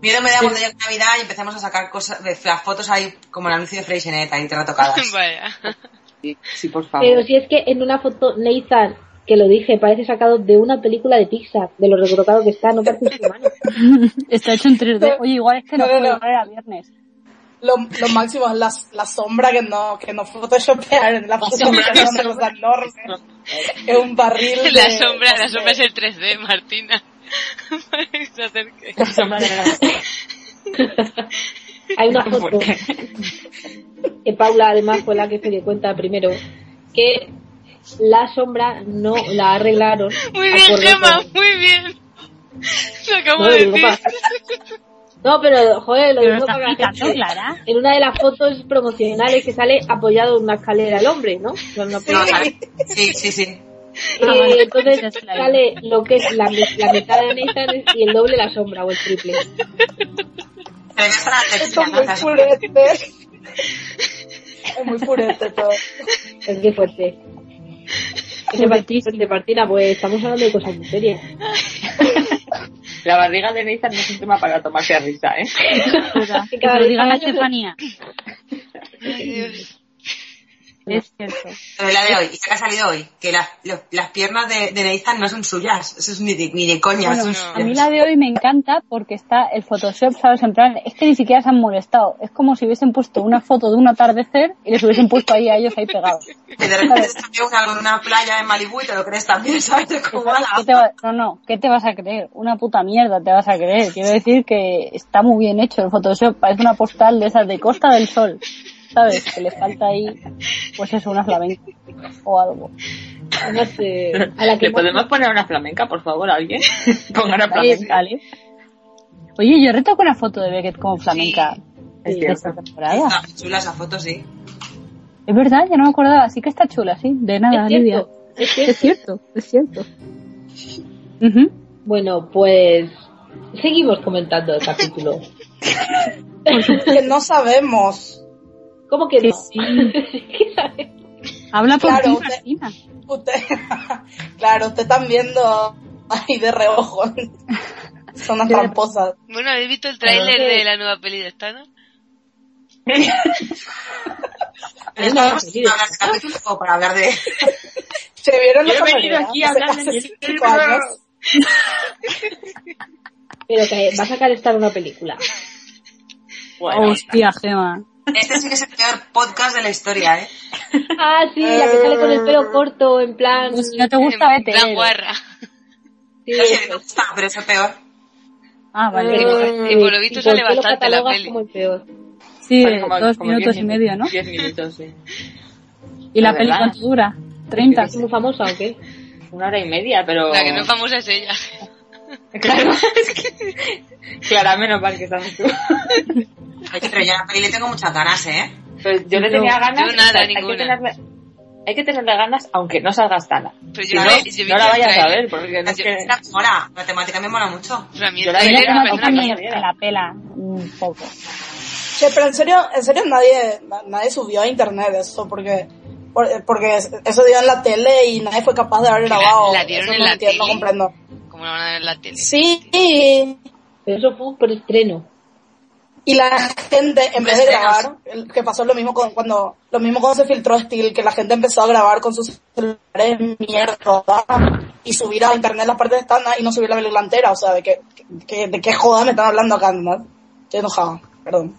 S7: Miedo me da cuando llega Navidad y empezamos a sacar cosas, de, las fotos ahí, como el anuncio de Freixenet, ahí te retocadas.
S3: Vaya.
S4: Sí, sí, por favor.
S2: Pero si es que en una foto Nathan, que lo dije, parece sacado de una película de Pixar, de lo retocado que está, no parece humano.
S5: Está hecho en 3D. Oye, igual es que no
S6: No, no,
S5: puede
S6: no.
S5: correr a viernes.
S6: Lo, lo máximo es la, la sombra que no, que no photoshopearon. La sombra es una cosa enorme. Es un barril. Pues de-
S3: La sombra,
S6: no
S3: la
S6: sé.
S3: sombra es el 3D, Martina. Para que se acerque.
S4: La sombra de la-
S2: Hay una foto que Paula además fue la que se dio cuenta primero que la sombra no la arreglaron.
S3: Muy bien,
S2: acorde
S3: Gemma,
S2: con-
S3: muy bien. Lo acabo
S2: No,
S3: de
S2: digo,
S3: decir.
S2: pa- No, pero joder, lo
S5: Pero
S2: digo
S5: está
S2: para
S5: picando, Clara.
S2: En una de las fotos promocionales que sale apoyado en una escalera el hombre, ¿no? No, no,
S7: No,
S2: pero-
S7: ¿sabes? Sí, sí, sí.
S5: Ah,
S2: Eh,
S5: vale.
S2: entonces
S5: Entonces, claro.
S2: sale lo que es la, mi- la mitad de Nathan y el doble la sombra o el triple.
S7: Pero ya está la
S6: Esto
S7: textura,
S6: es
S7: ¿no?
S6: muy
S7: Las-
S6: furete. Es muy furete todo.
S2: Es que fuerte. Ese de partida, pues estamos hablando de cosas muy serias.
S4: La barriga de Nathan no es un tema para tomarse a risa, ¿eh?
S2: Que
S5: Que
S2: cada
S5: se lo
S2: vez
S5: digan a
S2: más-
S5: Estefanía.
S3: Ay, Dios.
S5: Es cierto.
S7: Pero
S5: Eh,
S7: la de hoy, y que ha salido hoy, que las, los- las piernas de, de Nathan no son suyas, eso es ni de, ni de coña.
S5: Bueno,
S7: son
S3: no.
S7: suyas.
S5: A mí la de hoy me encanta porque está el Photoshop, ¿sabes? En plan, es que ni siquiera se han molestado. Es como si hubiesen puesto una foto de un atardecer y les hubiesen puesto ahí a ellos ahí pegados.
S7: Que de repente se te ve una, una playa en Malibú y te lo crees también, ¿sabes? Es Como, ala.
S5: ¿Qué te va- No, no, ¿qué te vas a creer? Una puta mierda te vas a creer. Quiero decir que está muy bien hecho el Photoshop. Parece una postal de esas de Costa del Sol. ¿Sabes? Que le falta ahí, pues eso, una flamenca o algo.
S2: Además, eh, a la que
S4: ¿Le
S2: más-
S4: podemos poner una flamenca, por favor, a alguien? Ponga una
S5: Oye,
S4: flamenca.
S5: vale. Oye, yo retoco una foto de Beckett como flamenca
S4: Es
S5: de esta
S4: cierto.
S5: temporada.
S7: Ah, chula esa foto, sí.
S5: Es verdad, ya no me acordaba. Sí que está chula, sí. De nada,
S2: Es
S5: Lidia.
S2: cierto, es cierto.
S5: cierto, es cierto. Ujú.
S2: Bueno, pues seguimos comentando el capítulo.
S6: Que no sabemos.
S2: ¿Cómo que
S5: Que
S2: no?
S5: sí. Habla por
S6: Claro,
S5: ti,
S6: usted-
S5: Martina.
S6: Usted, claro, usted están viendo ahí de reojo. Son las tramposas.
S3: Bueno, ¿habéis visto el tráiler de la nueva peli de Stano?
S7: Pero esto vamos a hablar de capítulo o para hablar de...
S6: Se vieron
S4: Yo
S6: los
S4: he venido aquí a hablar de
S6: cinco años.
S2: Pero que va a sacar estar una película.
S4: Bueno,
S5: Hostia, Gema.
S7: Este sí que es el peor podcast de la historia, ¿eh?
S2: Ah, sí, la que sale con el pelo corto, en plan.
S5: Pues si no te gusta,
S3: en
S5: vete.
S3: plan guarra.
S2: sí,
S7: Oye, me gusta, pero es el peor.
S5: Ah,
S3: Y
S5: vale.
S3: por-
S2: Eh,
S3: y por lo visto
S2: ¿Y por
S3: sale
S2: qué lo
S3: bastante la
S2: catalogas
S3: peli.
S2: como el peor?
S5: Sí,
S4: Vale, como-
S5: dos
S4: como
S5: minutos
S4: diez
S5: y medio, ¿no?
S4: Diez minutos, sí.
S5: ¿Y la
S4: La
S5: peli
S4: verdad.
S5: cuánto dura? 30.
S2: ¿Es muy famosa o qué?
S4: Una hora y media, pero...
S3: La que no es famosa es ella.
S4: Claro, es que... Clara, menos mal que estamos tú.
S7: Oye, pero yo a la peli le tengo muchas ganas, ¿eh?
S4: Pues yo le
S5: No,
S4: tenía ganas...
S3: yo nada,
S4: hay, que
S3: ninguna.
S4: tenerle, hay que tenerle ganas aunque no salgas sana.
S3: Pero
S4: Si
S3: Pues yo
S4: no,
S3: la- yo vi
S4: no la
S3: el
S4: vayas a
S3: tráiler.
S4: ver, porque no es
S7: Yo-
S4: que...
S7: esta me mola, la temática me mola mucho.
S3: Pero a mí el
S4: Yo la-
S3: tráiler me
S4: yo la-
S3: parece
S4: yo
S3: una
S4: la-
S5: también
S4: cosa.
S5: la pela un poco.
S6: Che, pero en serio, en serio nadie, na- nadie subió a internet eso, porque, por- porque eso dio en la tele y nadie fue capaz de haber
S3: Que la-
S6: grabado.
S3: la dieron
S6: Eso
S3: en
S6: no
S3: la
S6: entiendo, no
S3: tele.
S6: comprendo.
S3: cosa como la van a ver en la tele.
S6: Sí,
S2: Pero eso fue por estreno.
S6: y la gente, en vez de
S7: Estrenos.
S6: grabar, el- que pasó lo mismo con, cuando, lo mismo cuando se filtró Steel, que la gente empezó a grabar con sus celulares mierda y subir a internet las partes estándar y no subir la película entera, o sea, de qué, que- de qué joda me están hablando acá, ¿no? Estoy enojado, perdón.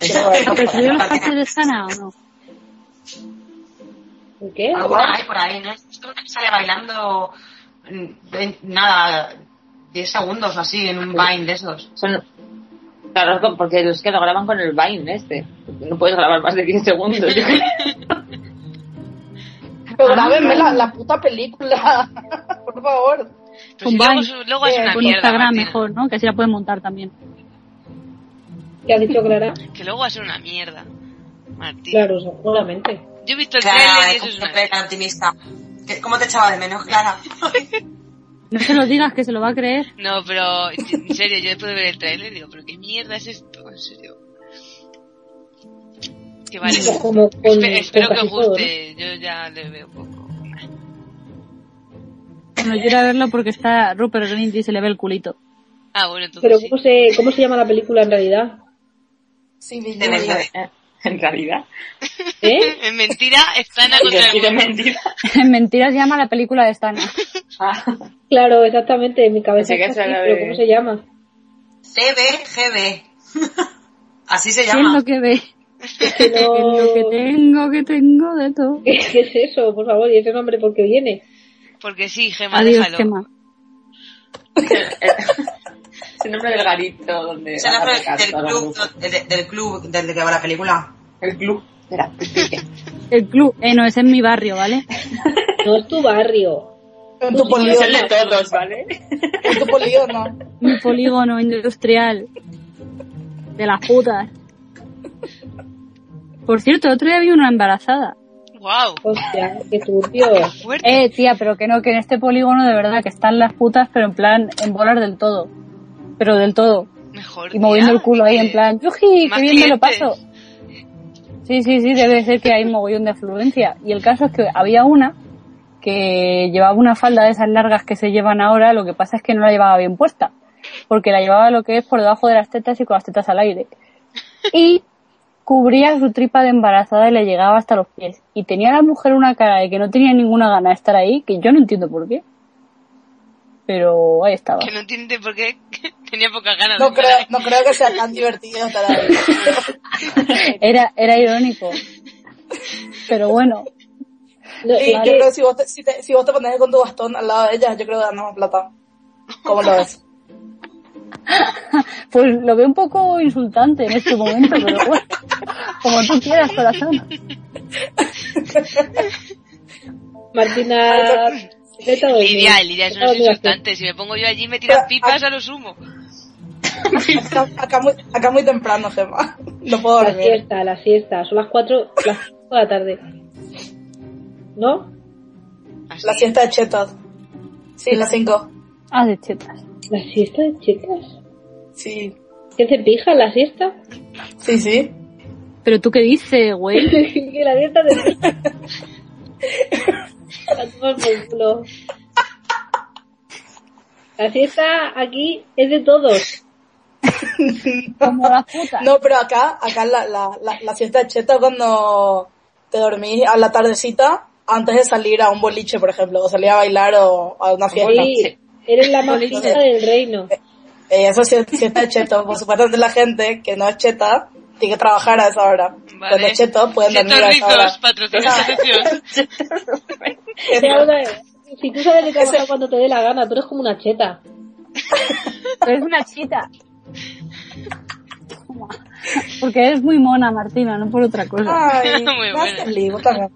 S6: Quiero ver.
S5: ¿Pero salieron los partes de sana o no?
S2: ¿Por qué?
S7: Alguna hay por ahí, ¿no? Creo que sale bailando mm, ve- nada, 10 segundos o así en un Vine de esos.
S4: Son... Claro, con- porque es que lo graban con el Vine este. No puedes grabar más de 10 segundos. yo creo.
S6: Pero grábenme la, la puta película, por favor.
S3: Pero si
S5: Con
S3: luego,
S5: Vine.
S3: su- luego es
S6: Eh,
S3: una
S5: Con
S3: mierda.
S5: Instagram
S3: Martina.
S5: mejor, ¿no? Que así la pueden montar también.
S2: ¿Qué ha dicho Clara?
S3: Que luego va a ser una mierda. Martín.
S2: Claro, seguramente.
S3: Yo he visto el
S7: Clara,
S3: trailer y
S7: es
S3: eso es
S7: como
S3: una.
S7: que tan optimista. ¿Qué- ¿Cómo te echaba de menos, Clara?
S5: No se lo digas que se lo va a creer.
S3: No, pero en serio, yo después de ver el trailer digo, pero qué mierda es esto, en serio. Que vale.
S2: Eso como Pues con-
S3: Espe-
S2: con
S3: espero que
S2: casi
S3: os
S2: todo,
S3: guste, yo ya le veo poco.
S5: Bueno, yo iré a verlo porque está Rupert Grint y se le ve el culito.
S3: Ah, bueno,
S2: ¿no?
S3: entonces
S2: Pero pues,
S3: sí.
S2: ¿cómo se, ¿cómo se llama la película en realidad?
S6: Sí,
S7: De verdad.
S4: en realidad.
S2: ¿Eh?
S3: En mentira, están a contra el
S4: Mentira,
S3: mundo.
S4: mentira.
S5: En mentiras llama la película de Stana.
S4: Ah,
S2: Claro, exactamente, en mi cabeza
S4: Pensé que
S2: está
S4: esa
S2: así,
S4: era
S2: pero
S4: de-
S2: ¿cómo se llama?
S7: CBGB. Así se
S5: ¿Qué es
S7: llama.
S5: lo que ve?
S2: Que no-
S5: Lo que tengo, que tengo de todo.
S2: ¿Qué qué es eso? Por favor, y ese nombre por qué viene.
S3: Porque sí, Gemma,
S5: Adiós,
S3: déjalo.
S5: Gemma.
S4: Es el nombre del garito donde.
S7: Es el
S4: van a
S7: nombre
S4: tocar
S7: del
S4: todos los
S7: club,
S4: grupos.
S7: del, del club del que va la película.
S4: El club. Espera,
S5: El club. Eh, no, es en mi barrio, ¿vale?
S2: No es tu barrio.
S6: En
S4: es
S6: tu
S4: el
S6: polígono.
S4: de todos, ¿vale?
S6: En tu polígono.
S5: Un polígono industrial. De las putas. Por cierto, otro día vi una embarazada.
S3: Wow,
S2: Hostia, qué turbio.
S3: fuerte.
S5: Eh, tía, pero que no, que en este polígono de verdad que están las putas, pero en plan, en bolas del todo. Pero del todo.
S3: Mejor. Eh,
S5: Y moviendo
S3: tía,
S5: el culo ahí en
S3: que-
S5: plan, ¡yuji!
S3: más
S5: ¡Qué bien me lo
S3: clientes.
S5: paso! Sí, sí, sí, debe ser que hay mogollón de afluencia. Y el caso es que había una que llevaba una falda de esas largas que se llevan ahora, lo que pasa es que no la llevaba bien puesta, porque la llevaba lo que es por debajo de las tetas y con las tetas al aire. Y cubría su tripa de embarazada y le llegaba hasta los pies. Y tenía la mujer una cara de que no tenía ninguna gana de estar ahí, que yo no entiendo por qué. Pero ahí estaba.
S3: Que no entiende por qué tenía pocas ganas.
S6: No
S3: de
S6: creo,
S3: parar.
S6: no creo que sea tan divertido estar ahí.
S5: Era, era irónico. Pero bueno,
S2: No,
S6: Sí,
S2: es
S6: yo
S2: que-
S6: creo que si vos, te, si, te, si vos te pones con tu bastón al lado de ella, yo creo que ganamos plata. ¿Cómo lo ves?
S5: pues lo veo un poco insultante en este momento, pero bueno, como tú quieras, corazón.
S2: Martina, vete a dormir.
S3: Lidia, Lidia, eso
S2: Vete a
S3: no es
S2: dormir.
S3: insultante. Si me pongo yo allí, me tiran
S6: Pero,
S3: pipas a lo sumo.
S6: Acá, acá muy, acá muy temprano, Gemma. No puedo
S2: La
S6: dormir.
S2: siesta, la siesta. Son las 4, las 5 de la tarde. ¿No?
S3: Así.
S6: La siesta de chetos. Sí, las cinco.
S5: Ah, de chetas.
S2: ¿La siesta de chicas?
S6: Sí.
S2: ¿Qué se pija la siesta?
S6: Sí, sí.
S5: Pero tú qué dices, güey.
S2: que la dieta de... La tomas por culo. La siesta aquí es de todos.
S5: Como las putas.
S6: No, pero acá, acá la, la, la, la siesta de cheta cuando te dormís a la tardecita antes de salir a un boliche, por ejemplo, o salir a bailar o a una fiesta.
S2: Sí, eres la más
S6: Boliche.
S2: fina del reino.
S6: Eh, eso sí es siesta de cheto. Por supuesto, la gente que no es cheta Tiene que trabajar a esa hora. Pues
S3: Vale.
S6: los chetos pueden
S3: Chetos
S6: dormir a esa hora.
S3: ricos, patrocina esta sección.
S6: Eso.
S2: Pero, hombre, si tú sabes de trabajar cuando te dé la gana, tú eres como una cheta.
S5: Es una chita. Porque eres muy mona, Martina, no por otra cosa.
S6: Ay,
S3: Muy
S6: gracias,
S3: buena.
S6: Lee, vos también.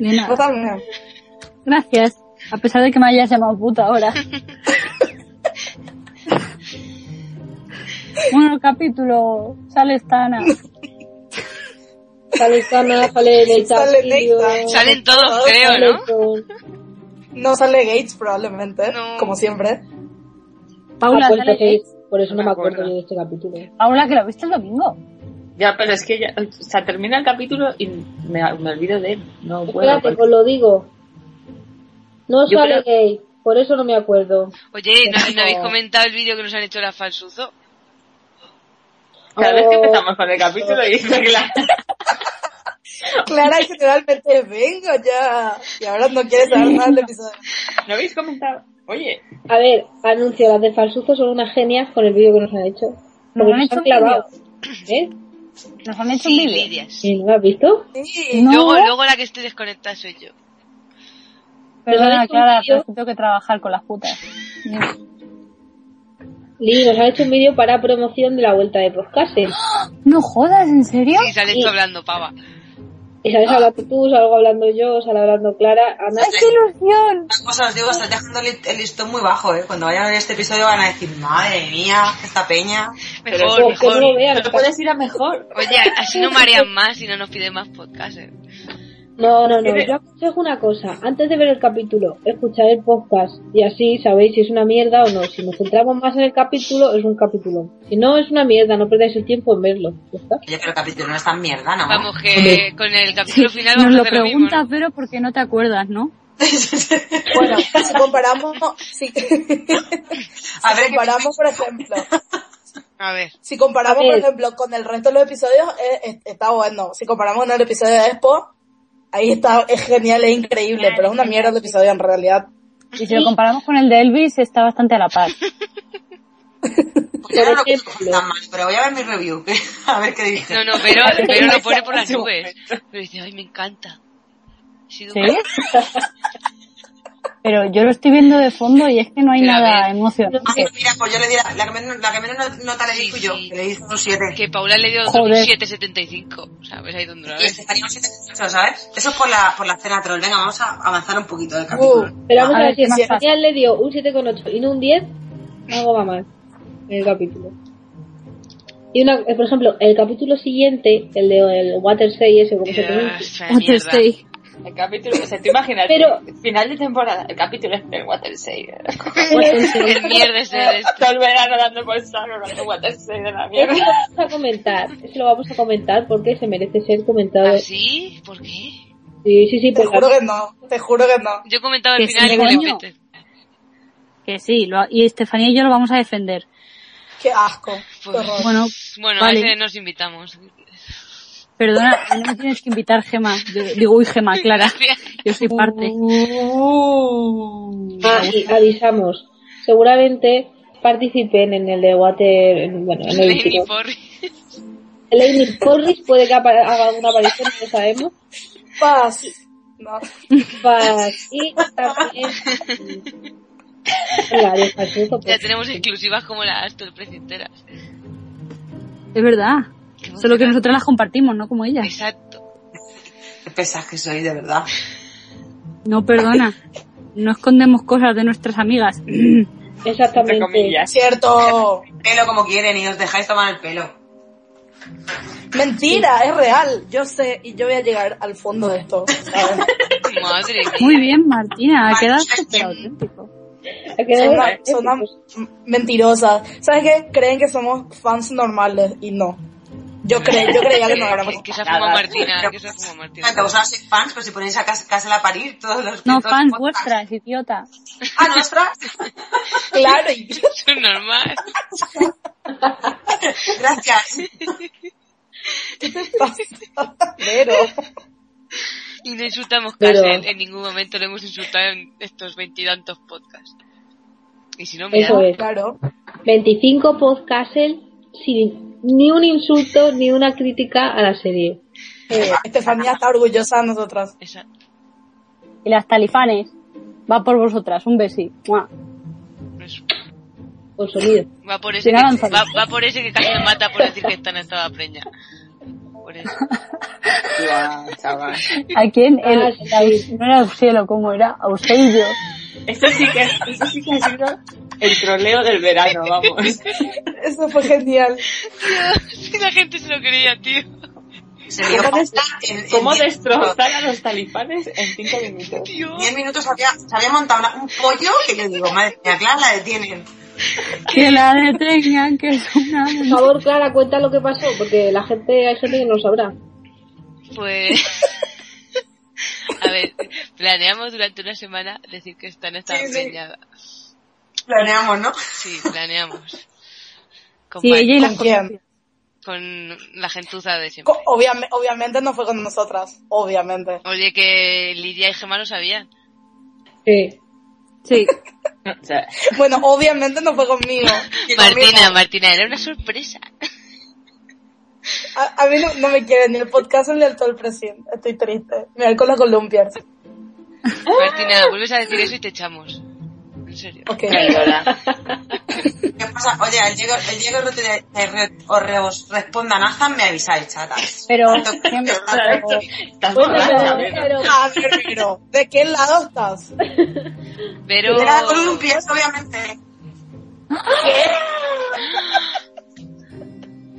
S5: Ni nada.
S6: Vos también.
S5: Gracias. A pesar de que me hayas llamado puta ahora. bueno, capítulo. Sale esta Ana.
S2: Sale Sana, sale Neita.
S6: Sale
S2: Filio,
S6: Neita.
S3: Salen todos
S6: Todos
S3: feos,
S2: sale
S3: ¿no?
S2: con-
S6: No sale Gates probablemente,
S3: No.
S6: como siempre.
S5: Paula,
S2: Acuérdate,
S5: sale Gates.
S2: Por eso no me acuerdo
S4: acuerdo.
S2: yo de este capítulo.
S5: Paula, que lo viste el domingo.
S4: Ya, pero es que ya, o sea, termina el capítulo y me, me olvido de él. No puedo.
S2: Espérate,
S4: porque-
S2: os lo digo. No
S4: Yo
S2: sale
S4: creo-
S2: gay, por eso no me acuerdo.
S3: Oye, ¿no,
S2: Pero-
S3: no habéis comentado el vídeo que nos han hecho las falsuzo?
S4: Cada vez que
S2: Oh.
S4: empezamos con el capítulo y dice que la-
S6: Clara generalmente vengo ya. Y ahora no quiere saber nada del episodio.
S4: ¿No habéis comentado? Oye,
S2: A ver, anuncio, las de Falsuzo son unas genias con el vídeo que nos han hecho.
S5: Nos
S2: Porque
S5: han hecho
S2: han
S5: un
S2: clavado. ¿Eh?
S5: Nos han hecho un
S3: Sí,
S5: vídeo.
S3: Lidias.
S2: ¿Eh, ¿No lo has visto?
S6: Sí,
S5: No,
S3: Luego, luego la que estoy desconectada soy yo.
S2: Nos han
S5: Perdona,
S2: hecho un
S5: Clara,
S2: vídeo.
S5: pero es que tengo que trabajar con las putas.
S2: Lili, nos han hecho un vídeo para promoción de la vuelta de podcasting.
S5: No jodas, ¿en serio?
S3: Sí, sales tú hablando, pava.
S2: Y sabes,
S5: Ah.
S2: hablando tú, salgo hablando yo, sale hablando Clara, Ana.
S5: ¡Ay, qué ilusión!
S7: Una cosa os digo, estás dejando el el listón muy bajo, ¿eh? Cuando vayan a ver este episodio van a decir, madre mía, esta peña.
S3: Mejor,
S2: Pues que no lo
S3: mejor.
S2: vean.
S4: no puedes ir a mejor.
S3: Oye, así no marean más y no nos piden más podcasts. ¿eh?
S2: No, no, no. Yo aconsejo una cosa. Antes de ver el capítulo, escuchar el podcast y así sabéis si es una mierda o no. Si nos centramos más en el capítulo, es un capítulo. Si no, es una mierda. No perdáis el tiempo en verlo. ¿Ya está?
S7: Oye, pero el capítulo no es tan mierda, ¿no?
S3: Vamos, que con el capítulo final
S5: Nos
S3: vamos a
S5: lo
S3: hacer lo mismo.
S5: preguntas,
S3: ¿no?
S5: pero porque no te acuerdas, ¿no?
S6: Bueno, si comparamos, si,
S7: A
S6: si
S7: ver, que-
S6: comparamos, por ejemplo,
S3: A ver.
S6: si comparamos,
S2: A ver.
S6: por ejemplo, con el resto de los episodios, eh, eh, está bueno. Si comparamos con el episodio de Expo, ahí está, es genial, es increíble, pero es una mierda el episodio en realidad.
S5: Y si lo comparamos con el de Elvis, está bastante a la par.
S7: Pues ahora no
S2: por
S7: creo
S2: ejemplo.
S7: que sea tan mal, pero voy a ver mi review, que- a ver qué dice.
S3: No, no, pero, pero lo pone por las nubes. Pero dice, ay, me encanta. Ha sido
S5: ¿Sí?
S3: un-
S5: Pero yo lo estoy viendo de fondo y es que no hay
S3: Pero a
S5: nada
S3: ver.
S7: Ah,
S5: emocionante.
S7: mira, pues yo le di la, la que menos, la que menos not- nota le di
S3: Sí,
S7: fui yo,
S3: sí.
S7: que le di un 7.
S3: Que Paula le dio
S5: Joder.
S3: 7.75. ¿Sabes pues ahí donde lo
S7: Y
S3: ves?
S7: estaría un 7,8, ¿sabes? Eso es por la, por la escena troll. Venga, vamos a avanzar un poquito del capítulo.
S6: Uh,
S2: Pero vamos
S5: A
S2: a,
S5: ver,
S2: ver, si
S5: ¿qué más
S2: si
S5: pasa?
S2: Daniel le dio un 7,8 y no un 10, algo va mal en el capítulo. Y una, eh, por ejemplo, el capítulo siguiente, el de el Water 6, ese como se
S3: Ah,
S2: pronuncia.
S3: esa mierda.
S4: El capítulo, o sea, tú imaginas,
S2: Pero-
S4: final de temporada, el capítulo es del Water Saver.
S3: El mierda ese de este.
S4: Todo el verano dando por saco, dando Water Saver,
S2: Eso
S4: la
S2: lo
S4: mierda.
S2: vamos a comentar, eso lo vamos a comentar porque se merece ser comentado.
S3: ¿Ah, sí? ¿Por qué?
S2: Sí, sí, pues sí,
S6: te
S2: por
S6: juro que no, te juro que no.
S3: Yo comentaba el
S5: Que
S3: final
S5: sí,
S3: y me lo
S5: coño.
S3: inventé.
S5: Que sí, lo- y Estefanía y yo lo vamos a defender.
S6: Qué asco. Qué
S3: Pues,
S6: horror.
S5: Bueno,
S3: Bueno,
S5: Vale.
S3: a veces nos invitamos.
S5: perdona, no me tienes que invitar, Gema. Yo- digo, uy, Gema, Clara. Yo soy parte.
S2: y avisamos. Seguramente participen en el de Water, en- bueno, en el
S3: Lenny
S2: chico.
S3: Porri.
S2: Lainey Porris puede que apa- haga alguna aparición, no lo sabemos.
S6: Paz. No.
S2: Vas, y también... Venga, de Fasuzo, pues.
S3: Ya tenemos exclusivas como las Astor Precinteras.
S5: Es verdad. Solo que nosotras las compartimos, no como ellas.
S3: Exacto.
S7: Qué pesas que soy, de verdad.
S5: No, perdona. No escondemos cosas de nuestras amigas.
S4: Entre
S2: Exactamente.
S4: comillas.
S6: Cierto.
S7: Pelo como quieren y os dejáis tomar el pelo.
S6: Mentira, es real. Yo sé y yo voy a llegar al fondo de esto. ¿sabes?
S3: Madre mía.
S5: Muy bien, Martina. Ha
S7: Vale,
S5: quedado
S7: sí.
S5: súper auténtico.
S2: Ha quedado-
S6: Son ma- son am- m- mentirosas. ¿Sabes qué? Creen que somos fans normales y no. Yo, cre yo creía que no éramos.
S3: Que, que se ha fumado
S4: Nada.
S3: Martina. Que se ha fumado Martina.
S7: Exacto, vosotros sois fans, pero si ponéis a casa, casa la parir todos los...
S5: No,
S7: todos los
S5: fans
S7: podcasts.
S5: vuestras, idiota.
S7: Ah, nuestras.
S6: Claro, y
S3: Eso es normal.
S7: Gracias.
S6: pero
S3: Y no insultamos
S2: Pero-
S3: casi. En, en ningún momento lo hemos insultado en estos veintitantos podcasts. Y si no, mira.
S2: Eso es.
S6: claro.
S2: 25 Podcastle sin ni un insulto ni una crítica a la serie.
S6: Eh, Estefanía está orgullosa de nosotras.
S3: Exacto.
S5: Y las talifanes, va por vosotras, un besi. Mua.
S3: Eso.
S2: Con sonido.
S3: Va por ese que,
S5: Sin avanzar.
S3: va, va por ese que casi me mata por decir que esta no estaba preña. Por eso.
S4: Guau, chaval.
S5: ¿A quién? El-
S2: Ah, sí.
S5: no era Auxilio, ¿cómo era? Auxilio.
S4: Esto sí que, esto sí que ha sido el troleo del verano, vamos.
S6: Eso fue genial.
S3: Si la gente se lo creía, tío.
S7: Se dio
S6: ¿Cómo
S7: pasta en, en
S4: ¿Cómo
S7: diez minutos.
S4: destrozar a los talibanes en cinco minutos?
S3: Tío.
S7: Diez minutos había, se había montado una- un pollo que yo digo, madre mía, claro, la detienen.
S5: Que la detengan, que es una...
S2: Por favor, Clara, cuenta lo que pasó, porque la gente, hay gente que no lo sabrá.
S3: Pues. A ver, planeamos durante una semana decir que esta no estaba
S7: Sí, sí.
S3: preñada.
S7: Planeamos, ¿no?
S3: Sí, planeamos. Con,
S5: Sí,
S3: pa-
S5: ella y
S6: ¿Con
S5: las
S6: quién?
S3: con la gentuza de siempre.
S6: Co- obviame- obviamente no fue con nosotras. Obviamente.
S3: Oye, que Lidia y Gemma lo sabían.
S2: Sí.
S5: Sí.
S4: O sea,
S6: Bueno, obviamente no fue conmigo.
S7: Y
S3: Martina,
S7: conmigo.
S3: Martina, era una sorpresa.
S6: A, a mí no, no me quieren ni el podcast ni el todo el presidente. Estoy triste. Me voy con los columpias.
S3: Martina, vuelves a decir eso y te echamos. En serio.
S6: Ok.
S4: traidora.
S7: ¿Qué pasa? Oye, el Diego, el Diego no te, te re- os, re- os responda nada, me avisáis, chatas.
S5: Pero
S7: Tanto que-
S5: siempre-
S7: tanto que-
S4: Estás
S2: Bueno, pero-
S4: borracha, Vero.
S2: pero-
S6: A ver, pero, ¿de qué lado estás?
S3: Pero.
S7: Era de columpios, obviamente.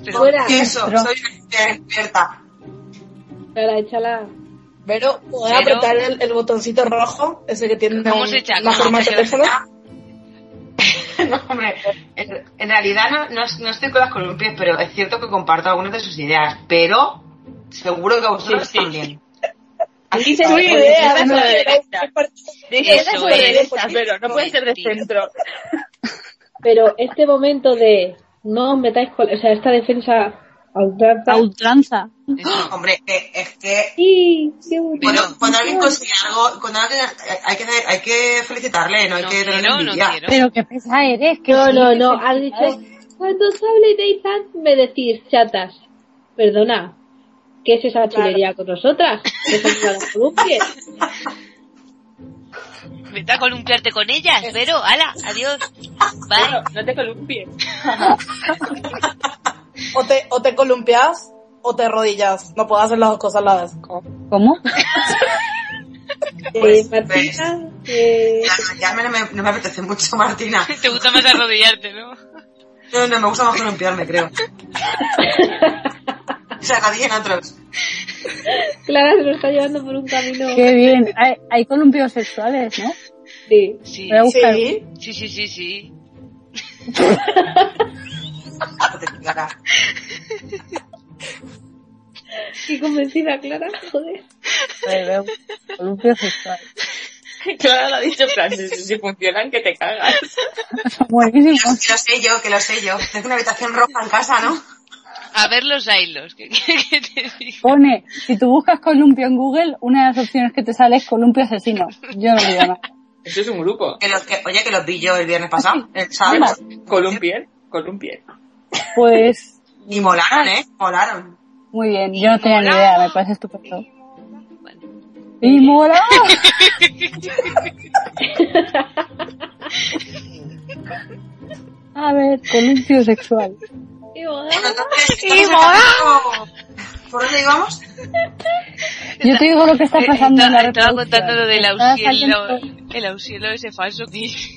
S3: pero-
S2: Fuera.
S7: Eso,
S5: Pero-
S7: soy una experta.
S2: Clara, échala.
S6: Pero, ¿puedo
S3: Pero-
S6: apretar el, el botoncito rojo? Ese que tiene
S3: ¿Cómo
S6: un-
S3: se echa?
S6: una
S3: ¿Cómo
S6: forma de
S3: se echa?
S6: teléfono.
S7: No, hombre, en, en realidad no, no, no estoy con las columpios, pero es cierto que comparto algunas de sus ideas, pero seguro que vosotros
S4: Sí, sí.
S7: también.
S4: Aquí se
S6: Tu
S4: escribe
S6: idea,
S4: de
S6: ¿no?
S4: izquierda sobre derecha. De izquierda
S3: Eso
S4: sobre
S3: es.
S4: derecha, pero no puede ser de centro.
S2: Pero este momento de no os metáis con... O sea, esta defensa... a ultranza-
S5: A ultranza.
S3: Eso.
S7: Hombre, eh, es que
S2: Sí, qué bonito.
S7: cuando, cuando alguien consigue algo, cuando alguien, eh, hay, que, hay que felicitarle, no hay
S3: No
S7: que tener
S3: quiero, no
S7: envidia.
S3: quiero.
S5: Pero qué pesa eres. Que
S2: No,
S5: sí,
S2: no,
S5: que
S2: no,
S5: sí.
S2: has dicho, cuando os hable de Ethan me decís chatas. Perdona, ¿qué es esa chulería con nosotras? ¿Qué son las columpias?
S3: Vete a columpiarte con ellas, pero, ala, adiós. Bye.
S4: Bueno, no te columpies.
S6: O te, o te columpias o te rodillas. No puedo hacer las dos cosas a la vez.
S5: ¿Cómo?
S2: Eh,
S7: Pues,
S2: Martina, eh,
S7: Ya, ya me- me- no me apetece mucho, Martina.
S3: Te gusta más arrodillarte, ¿no?
S7: No, no, me gusta más columpiarme, creo. Se arrodillen otros.
S2: Clara se lo está llevando por un camino.
S5: Qué bien. Hay, hay columpios sexuales, ¿no?
S2: Sí.
S3: Sí,
S5: Voy a buscar.
S6: Sí.
S3: sí, sí, sí, sí.
S7: No te explicará.
S2: Qué convencida, Clara, joder.
S5: Joder, veo Columpios sexuales.
S4: Claro, lo ha dicho Francis. Si funcionan, que te cagas.
S5: Son
S7: Que lo-
S5: buenísimos.
S7: que lo sé yo, que lo sé yo. Tengo una habitación roja en casa, ¿no?
S3: A ver los hilos, ¿qué, qué- qué te digo?
S5: Pone, si tú buscas columpio en Google, una de las opciones que te sale es columpio asesino. Yo no digo nada.
S4: Eso es un grupo.
S7: Que los que, oye, que los vi yo el viernes pasado, eh, el sábado.
S4: Columpier, columpier.
S5: Pues,
S7: Y molaron, ¿eh? Molaron.
S5: muy bien. Yo no tenía ni idea, me parece estupendo. ¡Y mola! A ver, columpio sexual.
S2: Qué guay.
S7: Bueno, entonces, entonces, acabó. ¿Por dónde íbamos?
S5: Yo te digo lo que está
S3: Eh,
S5: pasando en la
S3: estaba, estaba contando lo del
S5: reproducción. Está
S3: auxielo,
S5: saliendo-
S3: el auxielo ese falso que hice.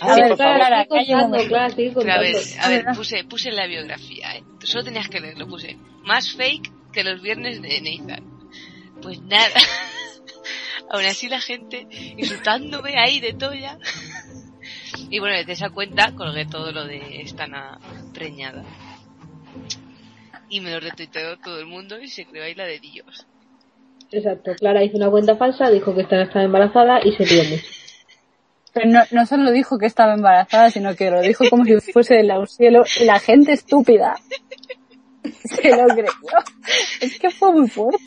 S5: A
S4: Sí,
S5: ver, Clara,
S4: por favor.
S5: Clara,
S2: Sigue
S5: calla un
S2: contando,
S5: momento.
S2: Clara, sigue
S3: Pero a
S2: contando.
S3: ver, a ver, puse, puse la biografía, ¿eh? Solo tenías que leerlo, puse. Más fake que los viernes de Nathan. Pues nada. Aún así la gente insultándome ahí de toya. Y bueno, desde esa cuenta colgué todo lo de Estana preñada. Y me lo retuiteó todo el mundo y se creó ahí la de Dios.
S2: Exacto, Clara hizo una cuenta falsa, dijo que esta estaba embarazada y se rió mucho.
S5: Pero no, no solo dijo que estaba embarazada, sino que lo dijo como si fuese del auxielo y la gente estúpida se lo creyó. Es que fue muy fuerte.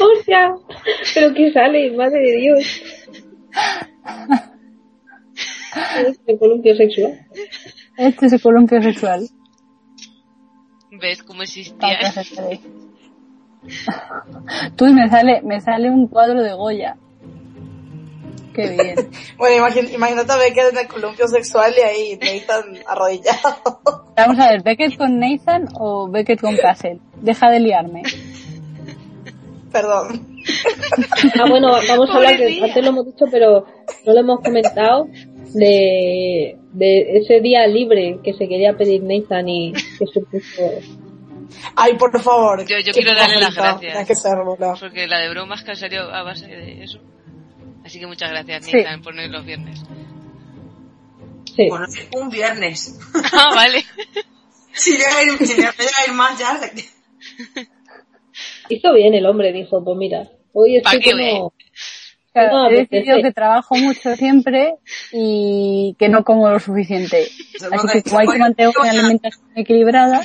S2: ¡Hostia! ¿Pero qué sale? ¡Madre de Dios! Es el columpio sexual.
S5: Este es el columpio sexual.
S3: ¿Ves cómo existía?
S5: Tantas estrellas. Tú y me sale, me sale un cuadro de Goya. Qué bien.
S6: Bueno, imagín- imagínate a Beckett en el columpio sexual y ahí Nathan arrodillado.
S5: Vamos a ver, ¿Beckett con Nathan o Beckett con Cassel? Deja de liarme.
S6: Perdón.
S2: Ah, bueno, vamos a hablar, que
S3: Pobrecilla.
S2: antes lo hemos dicho, pero no lo hemos comentado, de, de ese día libre que se quería pedir Nathan y que supuso...
S6: Ay, por favor.
S3: Yo- yo
S6: qué
S3: quiero darle las
S6: bonito.
S3: gracias.
S6: Hay que serlo, no.
S3: Porque la de bromas que han salido a base de eso. Así que muchas gracias,
S5: Sí.
S3: Nathan, por no ir los viernes.
S2: Sí.
S7: Bueno, un viernes.
S3: ah, vale.
S7: Si llega a ir, si llega a ir más ya...
S2: Hizo bien el hombre, dijo, pues mira, hoy estoy
S3: Pa' que
S2: como...
S5: O sea,
S2: No,
S5: he
S2: porque
S5: decidido
S2: sí.
S5: que trabajo mucho siempre y que no como lo suficiente. Así que como hay que mantener una alimentación equilibrada,